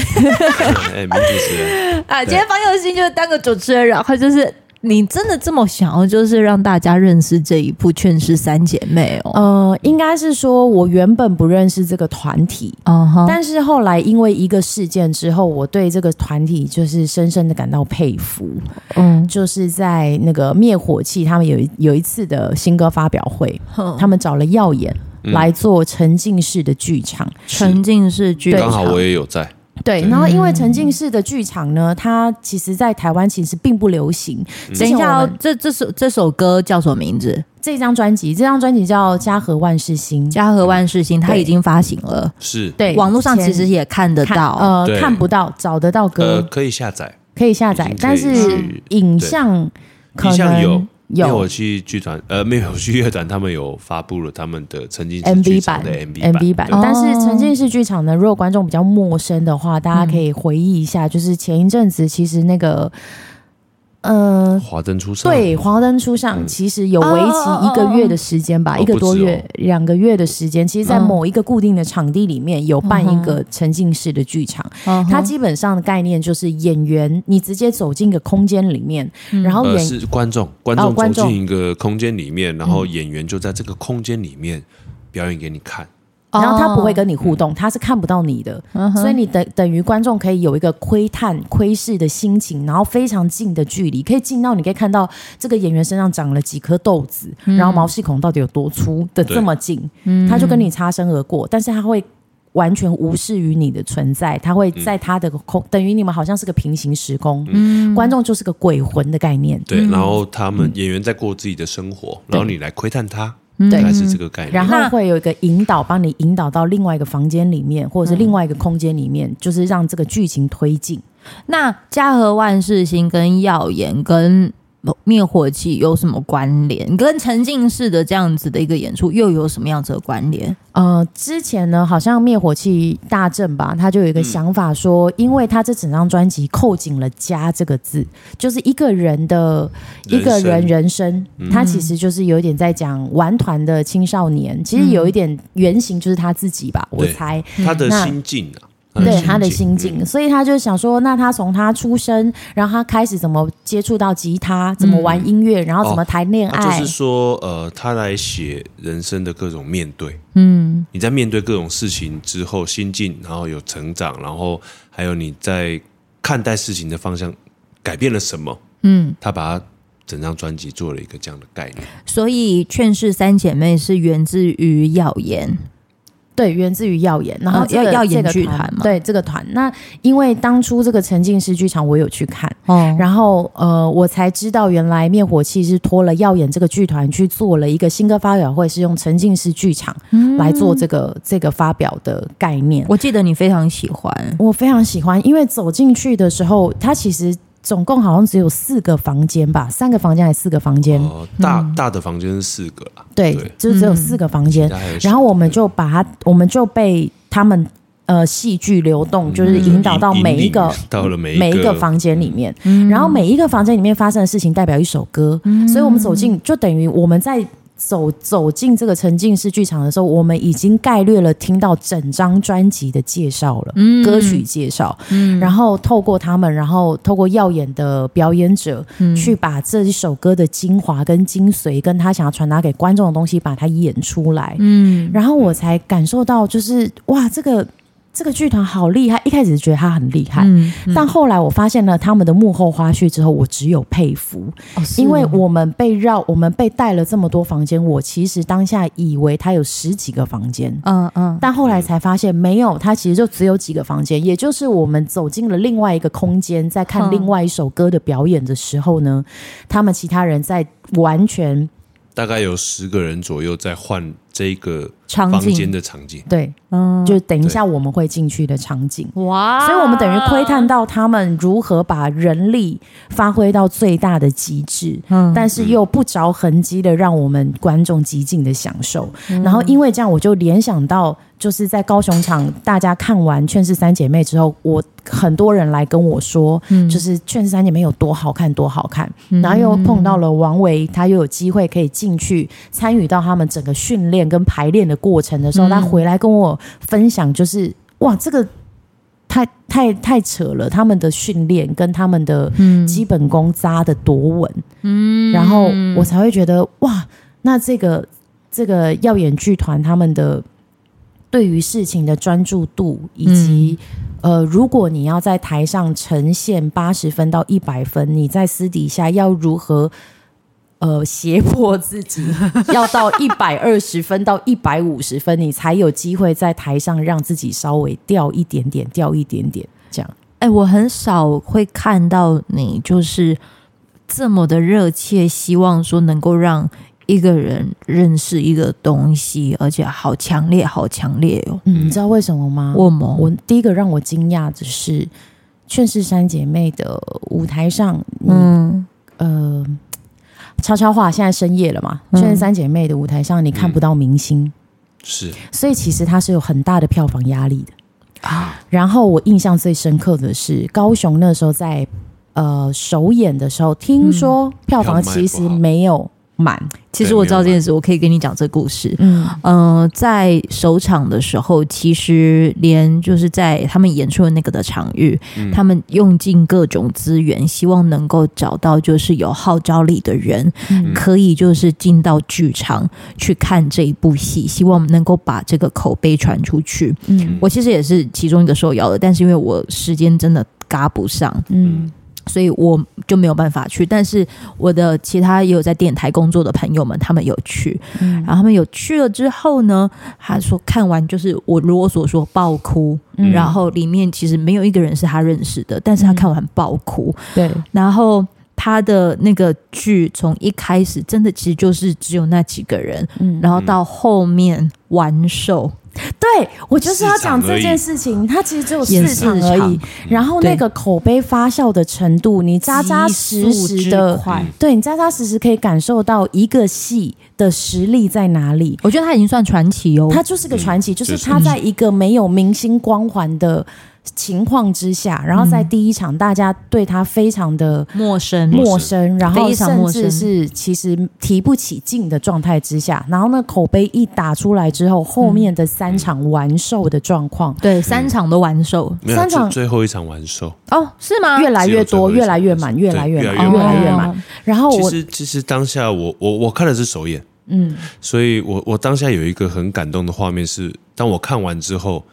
Speaker 3: 哎，名主持人，
Speaker 2: 啊，
Speaker 3: 对
Speaker 2: 今天方佑兴就是当个主持人，然后就是你真的这么想要，就是让大家认识这一部《劝世三姐妹》哦。
Speaker 1: 呃，应该是说我原本不认识这个团体，
Speaker 2: 哦哈，
Speaker 1: 但是后来因为一个事件之后，我对这个团体就是深深的感到佩服。
Speaker 2: 嗯，
Speaker 1: 就是在那个灭火器，他们有一有一次的新歌发表会，
Speaker 2: 哼
Speaker 1: 他们找了耀眼。
Speaker 3: 嗯
Speaker 1: 来做沉浸式的剧场，
Speaker 2: 沉浸式剧场，
Speaker 3: 刚好我也有在，
Speaker 1: 对。
Speaker 2: 嗯
Speaker 1: 然后因为沉浸式的剧场呢，它其实在台湾其实并不流行。之
Speaker 3: 嗯
Speaker 2: 等
Speaker 1: 前
Speaker 2: 一
Speaker 1: 我
Speaker 2: 下哦
Speaker 1: 们，
Speaker 2: 这这首这首歌叫什么名字？
Speaker 1: 这张专辑，这张专辑叫《家和万事兴》，
Speaker 2: 《家和万事兴》，它
Speaker 1: 对
Speaker 2: 已经发行了，
Speaker 3: 是
Speaker 1: 对，
Speaker 2: 网络上其实
Speaker 1: 前
Speaker 2: 也看得
Speaker 1: 看
Speaker 2: 到。
Speaker 1: 呃
Speaker 3: 对
Speaker 1: 看不到，找得到
Speaker 3: 呃，
Speaker 1: 歌，
Speaker 3: 可以下载。
Speaker 1: 可以下载
Speaker 3: 已经可以，
Speaker 1: 但是
Speaker 3: 去
Speaker 1: 影像可
Speaker 3: 影像
Speaker 1: 能
Speaker 3: 有因为
Speaker 1: 有
Speaker 3: 我去剧团，呃，没有我去乐团，他们有发布了他们的曾经
Speaker 1: MV 版
Speaker 3: 的 MV
Speaker 1: 版
Speaker 3: 版对
Speaker 2: 哦，
Speaker 1: 但是沉浸式剧场呢，如果观众比较陌生的话，大家可以回忆一下，
Speaker 2: 嗯
Speaker 1: 就是前一阵子其实那个，呃。
Speaker 3: 华灯初上，
Speaker 1: 对，《黄灯初上》其实有为期一个月的时间吧，
Speaker 3: 嗯哦
Speaker 1: 一个多月
Speaker 3: 不、
Speaker 1: 两个月的时间，其实，在
Speaker 2: 嗯
Speaker 1: 某一个固定的场地里面有办
Speaker 2: 嗯
Speaker 1: 一
Speaker 2: 哼
Speaker 1: 个沉浸式的剧场，
Speaker 2: 嗯哼
Speaker 1: 它基本上的概念就是演员，你直接走进一个空间里面，
Speaker 2: 嗯
Speaker 1: 然后
Speaker 3: 呃，
Speaker 1: 演
Speaker 3: 是观众，观
Speaker 1: 哦
Speaker 3: 众
Speaker 1: 观
Speaker 3: 走
Speaker 1: 众
Speaker 3: 进一个空间里面，然后演员就在这个空间里面表演给你看。
Speaker 1: 然后他不会跟你互动，他是看不到你的，所以你等等于观众可以有一个窥探、窥视的心情，然后非常近的距离，可以近到你可以看到这个演员身上长了几颗痘子，然后毛细孔到底有多粗的
Speaker 3: 对
Speaker 1: 这么近，他就跟你擦身而过，但是他会。完全无视于你的存在，他会在他的空，等于你们好像是个平行时空，观众就是个鬼魂的概念，
Speaker 3: 对，然后他
Speaker 1: 嗯
Speaker 3: 们演员在过自己的生活，然后你来窥探他，
Speaker 1: 对
Speaker 3: 大概是这个概念。
Speaker 1: 嗯然
Speaker 2: 那
Speaker 1: 后会有一个引导，帮你引导到另外一个房间里面，或者是另外一个空间里面，就是让这个剧情推进。
Speaker 2: 那嘉禾万事兴跟耀眼跟灭火器有什么关联？跟沉浸式的这样子的一个演出又有什么样子的关联？
Speaker 1: 呃，之前呢，好像灭火器大正吧，他就有一个想法说，因为他这整张专辑扣紧了“家”这个字，就是一个人的一个人人生，他其实就是有一点在讲玩团的青少年，其实有一点原型就是他自己吧，我
Speaker 3: 对
Speaker 1: 猜。
Speaker 3: 他的
Speaker 1: 那
Speaker 3: 心境啊，
Speaker 1: 对他的心
Speaker 3: 嗯
Speaker 1: 境，所以他就想说，那他从他出生，然后他开始怎么接触到吉他，怎么玩音乐，然后怎么谈恋
Speaker 3: 嗯他
Speaker 1: 爱
Speaker 3: 啊就是，说，呃，他来写人生的各种面对。
Speaker 2: 嗯
Speaker 3: 你在面对各种事情之后，心境，然后有成长，然后还有你在看待事情的方向改变了什么？
Speaker 2: 嗯，
Speaker 3: 他把他整张专辑做了一个这样的概念。
Speaker 2: 所以《劝世三姐妹》是源自于《耀眼
Speaker 1: 对，源自于耀眼，然后
Speaker 2: 哦
Speaker 1: 这个
Speaker 2: 耀耀眼
Speaker 1: 这个
Speaker 2: 剧团嘛
Speaker 1: 对这个团。那因为当初这个沉浸式剧场我有去看，》
Speaker 2: 哦，
Speaker 1: 然后呃，我才知道原来灭火器是托了耀眼这个剧团去做了一个新歌发表会，是用沉浸式剧场
Speaker 2: 嗯
Speaker 1: 来做这个、这个发表的概念。
Speaker 2: 我记得你非常喜欢，
Speaker 1: 我非常喜欢，因为走进去的时候，它其实总共好像只有四个房间吧，三个房间还是四个房间？嗯
Speaker 3: 哦、大、大的房间是四个啦，
Speaker 1: 对
Speaker 3: 对，嗯
Speaker 1: 就只有四个房间。
Speaker 3: 其他还有
Speaker 1: 然后我们就把它，我们就被他们呃戏剧流动，就是引导到
Speaker 3: 嗯引
Speaker 1: 每一个
Speaker 3: 引领到了每一个
Speaker 1: 每一个房间里面，然后每一个房间里面发生的事情代表一首歌，所以我们走进就等于我们在。走走进这个沉浸式剧场的时候，我们已经概略了听到整张专辑的介绍了，歌曲介绍，然后透过他们，然后透过耀眼的表演者，去把这一首歌的精华跟精髓，跟他想要传达给观众的东西，把它演出来，
Speaker 2: 嗯，
Speaker 1: 然后我才感受到，就是哇，这个这个剧团好厉害。一开始觉得他很厉害，
Speaker 2: 嗯，
Speaker 1: 但后来我发现了他们的幕后花絮之后，我只有佩服，
Speaker 2: 哦是
Speaker 1: 因为
Speaker 2: 哦
Speaker 1: 我们被绕，我们被带了这么多房间，我其实当下以为他有十几个房间。
Speaker 2: 嗯嗯，
Speaker 1: 但后来才发现，没有，它其实就只有几个房间。也就是我们走进了另外一个空间，在看
Speaker 2: 嗯
Speaker 1: 另外一首歌的表演的时候呢，他们其他人在完全
Speaker 3: 大概有十个人左右在换这个
Speaker 2: 场
Speaker 3: 房间
Speaker 2: 景，
Speaker 3: 的场景。
Speaker 1: 对，
Speaker 2: 嗯，
Speaker 1: 就等一下我们会进去的场景。
Speaker 2: 哇
Speaker 1: 所以我们等于窥探到他们如何把人力发挥到最大的极致，
Speaker 2: 嗯
Speaker 1: 但是又不着痕迹的让我们观众极尽的享受。然后因为这样，我就联想到，就是在高雄场大家看完《劝世三姐妹》之后，我很多人来跟我说，就是《劝世三姐妹》有多好看，多好看。然后又碰到了王维，他又有机会可以进去参与到他们整个训练跟排练的过程的时候，他回来跟我分享，就是哇，这个太太太扯了，他们的训练跟他们的基本功扎的多稳，嗯，然后我才会觉得哇，那这个这个耀眼剧团他们的对于事情的专注度以及、呃，如果你要在台上呈现八十分到一百分，你在私底下要如何？呃，胁迫自己 要到一百二十分到一百五十分，你才有机会在台上让自己稍微掉一点点，掉一点点这样。
Speaker 2: 哎、我很少会看到你就是这么的热切，希望说能够让一个人认识一个东西，而且好强烈，好强烈哦！
Speaker 1: 嗯，你知道为什么吗？
Speaker 2: 我们
Speaker 1: 我第一个让我惊讶的是，《劝世三姐妹》的舞台上，你、
Speaker 2: 嗯
Speaker 1: 呃，悄悄话，现在深夜了嘛，《
Speaker 2: 嗯
Speaker 1: 劝世三姐妹》的舞台上你看不到明星，
Speaker 3: 是
Speaker 1: 所以其实它是有很大的票房压力的。
Speaker 2: 啊，
Speaker 1: 然后我印象最深刻的是，高雄那时候在呃首演的时候，听说票房其实没有满，
Speaker 2: 其实我知道这件事，我可以跟你讲这个故事。
Speaker 1: 嗯，
Speaker 2: 嗯、在首场的时候，其实连就是在他们演出的那个的场域，
Speaker 1: 嗯
Speaker 2: 他们用尽各种资源，希望能够找到就是有号召力的人，
Speaker 1: 嗯
Speaker 2: 可以就是进到剧场去看这一部戏，希望能够把这个口碑传出去。
Speaker 1: 嗯
Speaker 2: 我其实也是其中一个受邀的，但是因为我时间真的嘎不上，
Speaker 1: 嗯
Speaker 2: 所以我就没有办法去。但是我的其他也有在电台工作的朋友们，他们有去，
Speaker 1: 嗯
Speaker 2: 然后他们有去了之后呢，他说看完就是我如我所说爆哭，
Speaker 1: 嗯
Speaker 2: 然后里面其实没有一个人是他认识的，但是他看完爆哭，
Speaker 1: 对，
Speaker 2: 然后。他的那个剧从一开始真的其实就是只有那几个人，
Speaker 1: 嗯
Speaker 2: 然后到后面完售，
Speaker 1: 对我就是要
Speaker 3: 市场
Speaker 1: 讲这
Speaker 3: 而已
Speaker 1: 件事情，它其实只有
Speaker 2: 演
Speaker 1: 市
Speaker 2: 市
Speaker 1: 哦场而
Speaker 2: 场
Speaker 1: 已。嗯然后那
Speaker 2: 对
Speaker 1: 个口碑发酵的程度，你扎扎实实的，
Speaker 2: 快。
Speaker 3: 嗯
Speaker 1: 对你扎扎实实可以感受到一个戏的实力在哪里。
Speaker 2: 我觉得他已经算传奇哦。
Speaker 1: 它就是个传奇，就是
Speaker 3: 就是
Speaker 1: 它在一个没有明星光环的情况之下，然后在第一场大家对他非常的
Speaker 2: 陌生，
Speaker 1: 陌生，然后
Speaker 2: 非常
Speaker 1: 甚
Speaker 2: 陌
Speaker 1: 至
Speaker 2: 生
Speaker 1: 是其实提不起劲的状态之下，然后呢口碑一打出来之后，后面的三场完售的状况
Speaker 2: 对，三场都完售
Speaker 3: 没有啊
Speaker 1: 三场
Speaker 3: 最最后一场完售，
Speaker 2: 哦，是吗？
Speaker 1: 越来越多，
Speaker 3: 只有
Speaker 1: 越来越满，
Speaker 3: 最
Speaker 1: 越
Speaker 3: 后一
Speaker 1: 来越
Speaker 3: 场对
Speaker 1: 满，越
Speaker 3: 越
Speaker 1: 来
Speaker 3: 来
Speaker 1: 越
Speaker 3: 越
Speaker 1: 满。
Speaker 2: 哦，
Speaker 1: 然后
Speaker 3: 其
Speaker 1: 我
Speaker 3: 实其实当下我我我看的是首演，
Speaker 1: 嗯，
Speaker 3: 所以我我当下有一个很感动的画面是，当我看完之后，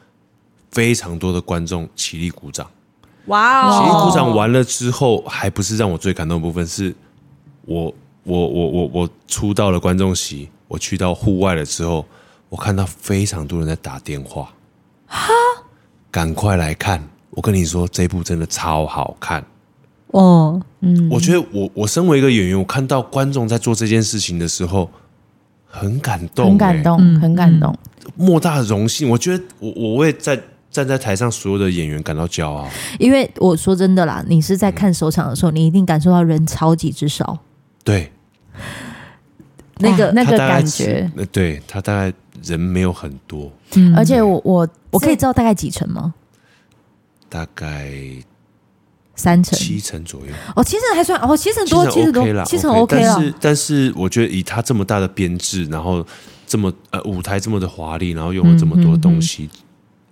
Speaker 3: 非常多的观众起立鼓掌。
Speaker 2: 哇
Speaker 3: 起立
Speaker 2: 哦，
Speaker 3: 鼓掌完了之后，还不是让我最感动的部分，是我我我我我出到了观众席，我去到户外了之后，我看到非常多人在打电话，哈，赶快来看！我跟你说，这部真的超好看。
Speaker 2: 哦，
Speaker 3: 我觉得我我身为一个演员，我看到观众在做这件事情的时候，很感动、
Speaker 1: 很感
Speaker 3: 欸
Speaker 1: 动，很感动。
Speaker 3: 莫大的荣幸。我觉得我我为在站在台上所有的演员感到骄傲。
Speaker 2: 因为我说真的啦，你是在看首场的时候，你一定感受到人超级之少，
Speaker 3: 对，
Speaker 2: 那个
Speaker 1: 啊那
Speaker 3: 他
Speaker 1: 个
Speaker 3: 大概
Speaker 1: 感
Speaker 3: 是
Speaker 1: 觉，，
Speaker 3: 呃对他大概人没有很多，
Speaker 1: 而且我我
Speaker 2: 我可以知道大概几成吗？
Speaker 3: 大概
Speaker 2: 三成
Speaker 3: 七成左右，
Speaker 2: 哦，七成还算哦，七成
Speaker 3: 七
Speaker 2: 多，七成
Speaker 3: 成 OK
Speaker 2: 多，
Speaker 3: 啦，
Speaker 2: 七成 OK
Speaker 3: 但
Speaker 2: 了。
Speaker 3: 是但是我觉得以他这么大的编制，然后这么呃舞台这么的华丽，然后用了这么
Speaker 2: 嗯
Speaker 3: 多东西。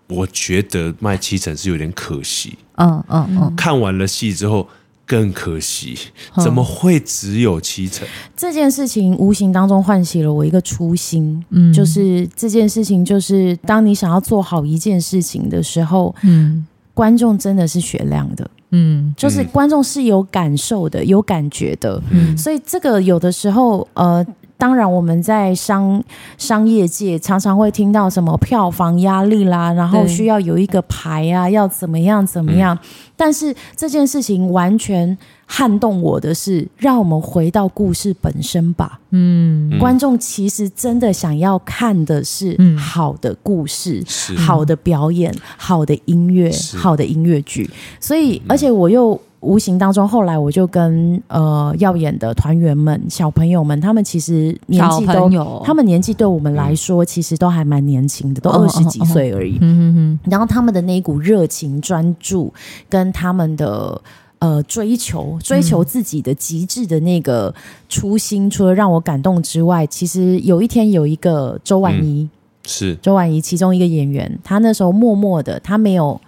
Speaker 3: 我觉得卖七成是有点可惜，
Speaker 2: 嗯嗯嗯，
Speaker 3: 看完了戏之后更可惜，
Speaker 2: 嗯
Speaker 3: 怎么会只有七成？
Speaker 1: 这件事情无形当中唤起了我一个初心，
Speaker 2: 嗯
Speaker 1: 就是这件事情，就是当你想要做好一件事情的时候，
Speaker 2: 嗯
Speaker 1: 观众真的是雪亮的，
Speaker 2: 嗯
Speaker 1: 就是
Speaker 3: 嗯
Speaker 1: 观众是有感受的，有感觉的。
Speaker 2: 嗯
Speaker 1: 所以这个有的时候，呃，当然我们在商商业界常常会听到什么票房压力啦，然后
Speaker 2: 对
Speaker 1: 需要有一个牌啊，要怎么样怎么样。但是这件事情完全撼动我的是，让我们回到故事本身吧。
Speaker 2: 嗯，
Speaker 1: 观众其实真的想要看的是
Speaker 2: 嗯
Speaker 1: 好的故事。
Speaker 3: 是
Speaker 1: 好的表演、好的音乐、
Speaker 3: 是嗯
Speaker 1: 好的音乐剧。所以，而且我又无形当中，后来我就跟呃耀眼的团员们、小朋友们，他们其实年
Speaker 2: 小
Speaker 1: 纪
Speaker 2: 朋
Speaker 1: 都，
Speaker 2: 友，
Speaker 1: 他们年纪对我们来说，其实都还蛮年轻的，都
Speaker 2: 哦
Speaker 1: 二十几岁而已。
Speaker 2: 嗯嗯
Speaker 1: 然后他们的那一股热情、专注，跟他们的呃追求、追求自己的极致的那个初心，除了让我感动之外，其实有一天有一个周
Speaker 3: 嗯
Speaker 1: 婉仪。
Speaker 3: 是，
Speaker 1: 周婉仪其中一个演员，她那时候默默的，她没有，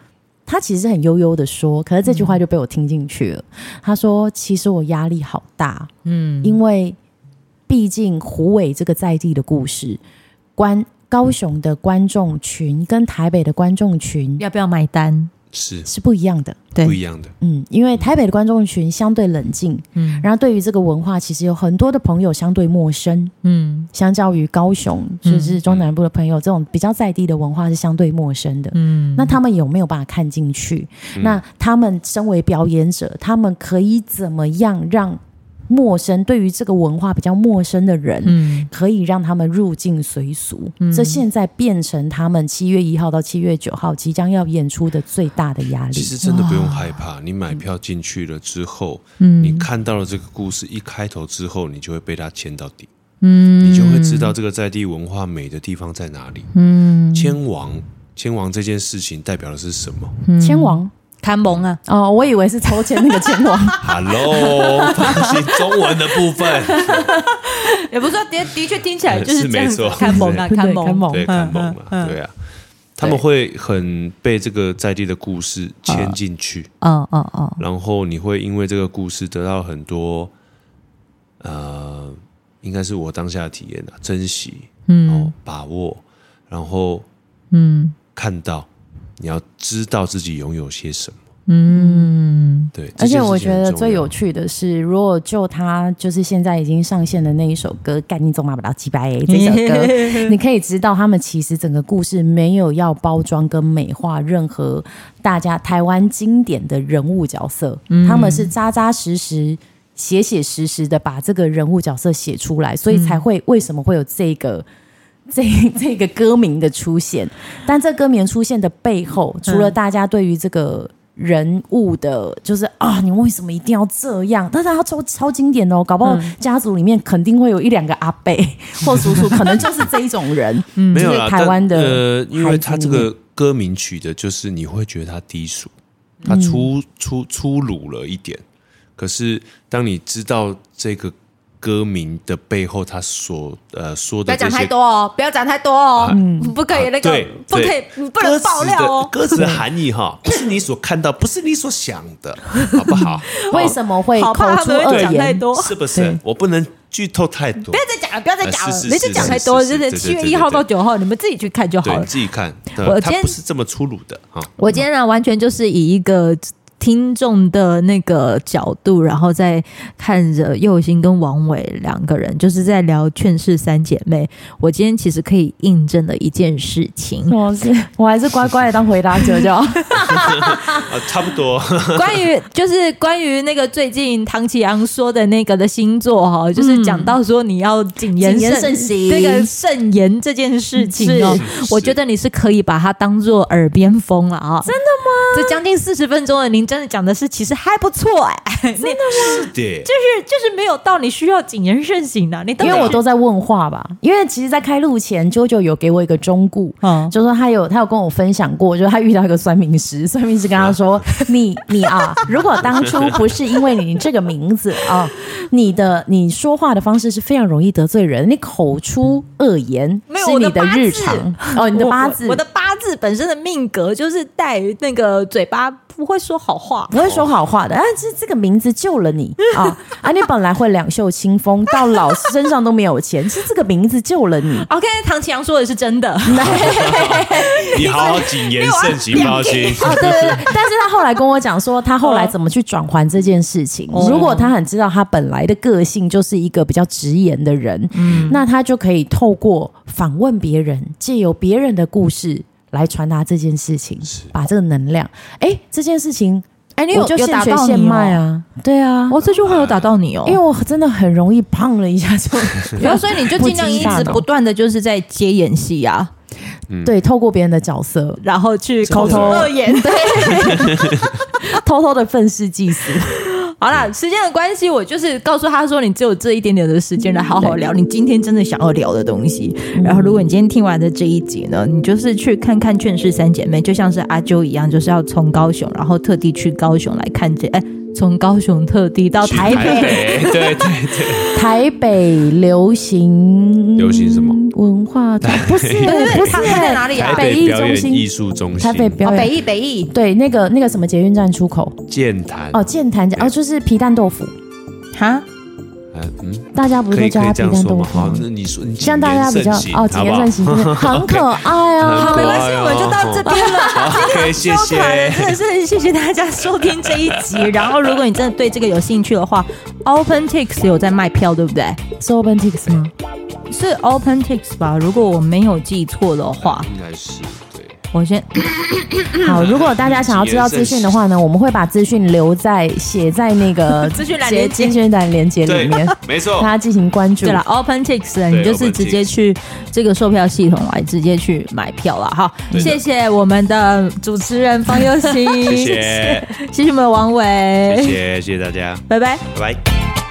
Speaker 1: 她其实很悠悠的说，可是这句
Speaker 2: 嗯
Speaker 1: 话就被我听进去了。她说：“其实我压力好大，
Speaker 2: 嗯
Speaker 1: 因为毕竟胡伟这个在地的故事，观高雄的观众群跟台北的观众群
Speaker 2: 要不要买单？
Speaker 3: 是
Speaker 1: 是不一样的。”
Speaker 3: 不
Speaker 2: 对
Speaker 3: 一，样的，
Speaker 1: 嗯，因为台北的观众群相对冷静，
Speaker 2: 嗯
Speaker 1: 然后对于这个文化，其实有很多的朋友相对陌生。
Speaker 2: 嗯
Speaker 1: 相较于高雄，就是中南部的朋友，这种比较在地的文化是相对陌生的。
Speaker 2: 嗯，
Speaker 1: 那他们有没有办法看进去？
Speaker 3: 嗯
Speaker 1: 那他们身为表演者，他们可以怎么样让陌生对于这个文化比较陌生的人，
Speaker 2: 嗯
Speaker 1: 可以让他们入境随俗？这现在变成他们七月一号到七月九号即将要演出的最大的压力
Speaker 3: 其。实真的不用害怕，你买票进去了之后，你
Speaker 2: 嗯
Speaker 3: 看到了这个故事一开头之后，你就会被它牵到底，
Speaker 2: 嗯，
Speaker 3: 你就会知道这个在地文化美的地方在哪里。
Speaker 2: 嗯
Speaker 3: 千王，千王这件事情代表的是什么
Speaker 2: 嗯
Speaker 1: 千王
Speaker 2: 看蒙啊，
Speaker 1: 哦，我以为是抽签那个千王。
Speaker 3: ？Hello，放 心，中文的部 分，
Speaker 2: 也不是说啊的的确听起来
Speaker 3: 呃
Speaker 2: 就是
Speaker 3: 是
Speaker 2: 这样
Speaker 3: 没
Speaker 2: 子
Speaker 3: 错，
Speaker 2: 看蒙 啊，
Speaker 1: 对
Speaker 2: 看
Speaker 1: 看
Speaker 2: 蒙
Speaker 1: 蒙
Speaker 3: 对，看懂
Speaker 2: 嗯
Speaker 3: 了，对啊，他们会很被这个在地的故事
Speaker 2: 啊
Speaker 3: 牵进去，
Speaker 2: 嗯嗯
Speaker 1: 哦
Speaker 2: 嗯，
Speaker 3: 然后你会因为这个故事得到很多，呃，应该是我当下的体验啊，珍惜，嗯，然后把握，然后
Speaker 2: 嗯
Speaker 3: 看到，你要知道自己拥有些什么，
Speaker 2: 嗯
Speaker 3: 对，
Speaker 1: 而
Speaker 3: 这
Speaker 1: 且
Speaker 3: 件事
Speaker 1: 我
Speaker 3: 情
Speaker 1: 觉
Speaker 3: 很
Speaker 1: 得
Speaker 3: 重
Speaker 1: 最
Speaker 3: 要
Speaker 1: 有趣的是，如果就他就是现在已经上线的那一首歌《干你总骂不到几百》这首 歌，你可以知道他们其实整个故事没有要包装跟美化任何大家台湾经典的人物角色，
Speaker 3: 嗯
Speaker 1: 他们是扎扎实实。写写实实的把这个人物角色写出来，所以才会为什么会有这个 这这个歌名的出现，但这歌名出现的背后，
Speaker 3: 嗯
Speaker 1: 除了大家对于这个人物的，就是啊，你为什么一定要这样？但是它超超经典的哦，搞不
Speaker 2: 嗯
Speaker 1: 好家族里面肯定会有一两个阿 伯或叔叔，可能就是这一种人，
Speaker 3: 没有
Speaker 1: 就是
Speaker 3: 啦，
Speaker 1: 嗯台
Speaker 3: 但
Speaker 1: 湾的
Speaker 3: 呃，因为他
Speaker 1: 孩子
Speaker 3: 这
Speaker 1: 里面
Speaker 3: 个歌名取的就是你会觉得他低俗，他
Speaker 1: 嗯
Speaker 3: 粗粗粗鲁了一点。可是当你知道这个歌名的背后，他所呃说
Speaker 4: 不
Speaker 3: 的
Speaker 4: 要讲
Speaker 3: 这
Speaker 4: 太
Speaker 3: 些
Speaker 4: 多哦，不要讲太多哦，不可以那个
Speaker 3: 啊对，
Speaker 4: 不可以
Speaker 3: 对
Speaker 4: 不能爆料哦。
Speaker 3: 歌 词的歌词的含义哈，不是你所看到，不是你所想 的，好不好？
Speaker 1: 为什么会
Speaker 2: 好
Speaker 1: 口
Speaker 2: 怕他
Speaker 1: 出
Speaker 2: 们会
Speaker 1: 恶
Speaker 2: 讲太
Speaker 1: 言？
Speaker 2: 多，
Speaker 3: 是不是
Speaker 1: 对？
Speaker 3: 我不能剧透太多
Speaker 4: 不要，再讲了，不要再讲
Speaker 3: 呃
Speaker 4: 了
Speaker 3: 是。是
Speaker 2: 没事讲太多，
Speaker 3: 是
Speaker 2: 就是是
Speaker 3: 是
Speaker 2: 七月
Speaker 3: 对对
Speaker 2: 一号
Speaker 3: 对
Speaker 2: 到九号，你们自己去看就好
Speaker 3: 对，
Speaker 2: 了
Speaker 3: 你。自己看，
Speaker 2: 我
Speaker 3: 对
Speaker 2: 今
Speaker 3: 它
Speaker 2: 天
Speaker 3: 不是这么粗鲁的哈。
Speaker 2: 我今天呢，完全就是以一个听众的那个角度，然后再看着佑兴跟王伟两个人，就是在聊《劝世三姐妹》。我今天其实可以印证的一件事情，
Speaker 1: 我是我还是乖乖的当回答者就好。
Speaker 3: 啊，差不多。
Speaker 2: 关于就是关于那个最近唐启阳说的那个的星座哈、就是讲到说你要谨言
Speaker 4: 谨言
Speaker 2: 慎
Speaker 4: 慎行
Speaker 2: 这个慎言这件事情哦，
Speaker 3: 是
Speaker 2: 我觉得你是可以把它当做耳边风了啊、真的吗？这将近四十分钟了，您真的讲的是其实还不错哎、真的
Speaker 3: 是
Speaker 2: 就
Speaker 3: 的，
Speaker 2: 是就是没有到你需要谨言慎行啊的，你
Speaker 1: 因
Speaker 2: 底
Speaker 1: 为我
Speaker 2: 是
Speaker 1: 都在问话吧，因为其实，在开录前，啾啾有给我一个忠告，
Speaker 2: 嗯
Speaker 1: 就说他有他有跟我分享过，就是他遇到一个算命师， 算命师跟他说：“你你啊，如果当初不是因为你这个名字 啊，你的你说话的方式是非常容易得罪人，你口出恶言
Speaker 2: 没有
Speaker 1: 是
Speaker 2: 我的
Speaker 1: 你
Speaker 2: 八字
Speaker 1: 日常哦，你的八字
Speaker 2: 我我我的八字本身的命格就是带于那个嘴巴不会说好话，
Speaker 1: 不会说好话的，但是这个名字救了你啊！啊，你本来会两袖清风，到老身上都没有钱，是这个名字救了你。
Speaker 2: OK，唐启阳说的是真 的，
Speaker 3: 你好
Speaker 1: 啊
Speaker 3: 好谨言慎行，包青。
Speaker 1: 哦，对对 对，但是他后来跟我讲说，他后来怎么去转换这件事情。
Speaker 2: 哦
Speaker 1: 如果他很知道他本来的个性就是一个比较直言的人，那他就可以透过访问别人，借由别人的故事来传达这件事情，把这个能量，哎，这件事情，
Speaker 2: 哎，你
Speaker 1: 我就现学现卖！啊，对啊，
Speaker 2: 我这句话有打到你哦，
Speaker 1: 因为我真的很容易胖了一下 就，
Speaker 2: 然后所以你就尽量一直不断的就是在接演戏啊，
Speaker 1: 对，透过别人的角色，
Speaker 2: 然后去口出
Speaker 1: 真的
Speaker 2: 恶言。对，
Speaker 1: 偷偷的愤世嫉俗。
Speaker 2: 好啦，时间的关系，我就是告诉他说，你只有这一点点的时间来好好聊你今天真的想要聊的东西。然后，如果你今天听完的这一集呢，你就是去看看《劝世三姐妹》，就像是阿啾一样，就是要从高雄，然后特地去高雄来看这，哎，从高雄特地
Speaker 1: 啊哦
Speaker 2: 到 台
Speaker 3: 台
Speaker 2: 北。
Speaker 3: 北，对对对，
Speaker 1: 台北流行
Speaker 3: 流行什么
Speaker 1: 文 化中不是不是
Speaker 2: 他他在哪里啊
Speaker 3: 台
Speaker 1: 哎北
Speaker 3: 北
Speaker 1: 艺
Speaker 3: 表
Speaker 1: 中
Speaker 3: 演艺
Speaker 1: 心，
Speaker 3: 术中心，
Speaker 1: 台北表
Speaker 4: 哦，北
Speaker 1: 演
Speaker 4: 艺北艺，
Speaker 1: 对那个那个什么捷运站出口
Speaker 3: 健谈
Speaker 1: 哦，健谈哦就是皮蛋豆腐，
Speaker 2: 哈，
Speaker 3: 呃嗯，
Speaker 1: 大家不
Speaker 3: 可
Speaker 1: 是
Speaker 3: 以
Speaker 1: 叫
Speaker 3: 可以
Speaker 1: 它
Speaker 3: 这
Speaker 1: 皮
Speaker 3: 样
Speaker 1: 蛋
Speaker 3: 说
Speaker 1: 豆
Speaker 3: 吗？
Speaker 1: 腐
Speaker 3: 好，
Speaker 1: 吗？
Speaker 3: 那你说，你
Speaker 1: 这样大家比较
Speaker 3: 谨言慎行
Speaker 1: 哦，谨言
Speaker 3: 好不好
Speaker 1: 慎行， 真的很可爱啊。
Speaker 2: 好没关系我们就到这边
Speaker 3: 了。OK，谢
Speaker 2: 收看了
Speaker 3: 谢。
Speaker 2: 真的是谢谢大家收听这一集。然后，如果你真的对这个有兴趣的话，OpenTix 有在卖票，对不对？
Speaker 1: 是 Open Tix 吗？
Speaker 2: 是 OpenTix 吧？如果我没有记错的话，
Speaker 3: 应该是对。
Speaker 2: 我 先
Speaker 1: 好，如果大家想要知道资讯的话呢，我们会把资讯留在写在那 个
Speaker 2: 资讯栏连接
Speaker 1: 资讯栏连 接里面，
Speaker 3: 没
Speaker 1: 大
Speaker 3: 错
Speaker 1: 家进行关注
Speaker 2: 对。了，OpenTix 呢，
Speaker 3: 对
Speaker 2: 你就是直接去这个售票系统来直接去买票了哈。
Speaker 3: 对的
Speaker 2: 谢谢我们的主持人方佑兴，
Speaker 3: 谢谢，
Speaker 2: 谢谢我们的王伟，
Speaker 3: 谢谢，谢谢大家，
Speaker 2: 拜拜。
Speaker 3: 拜拜。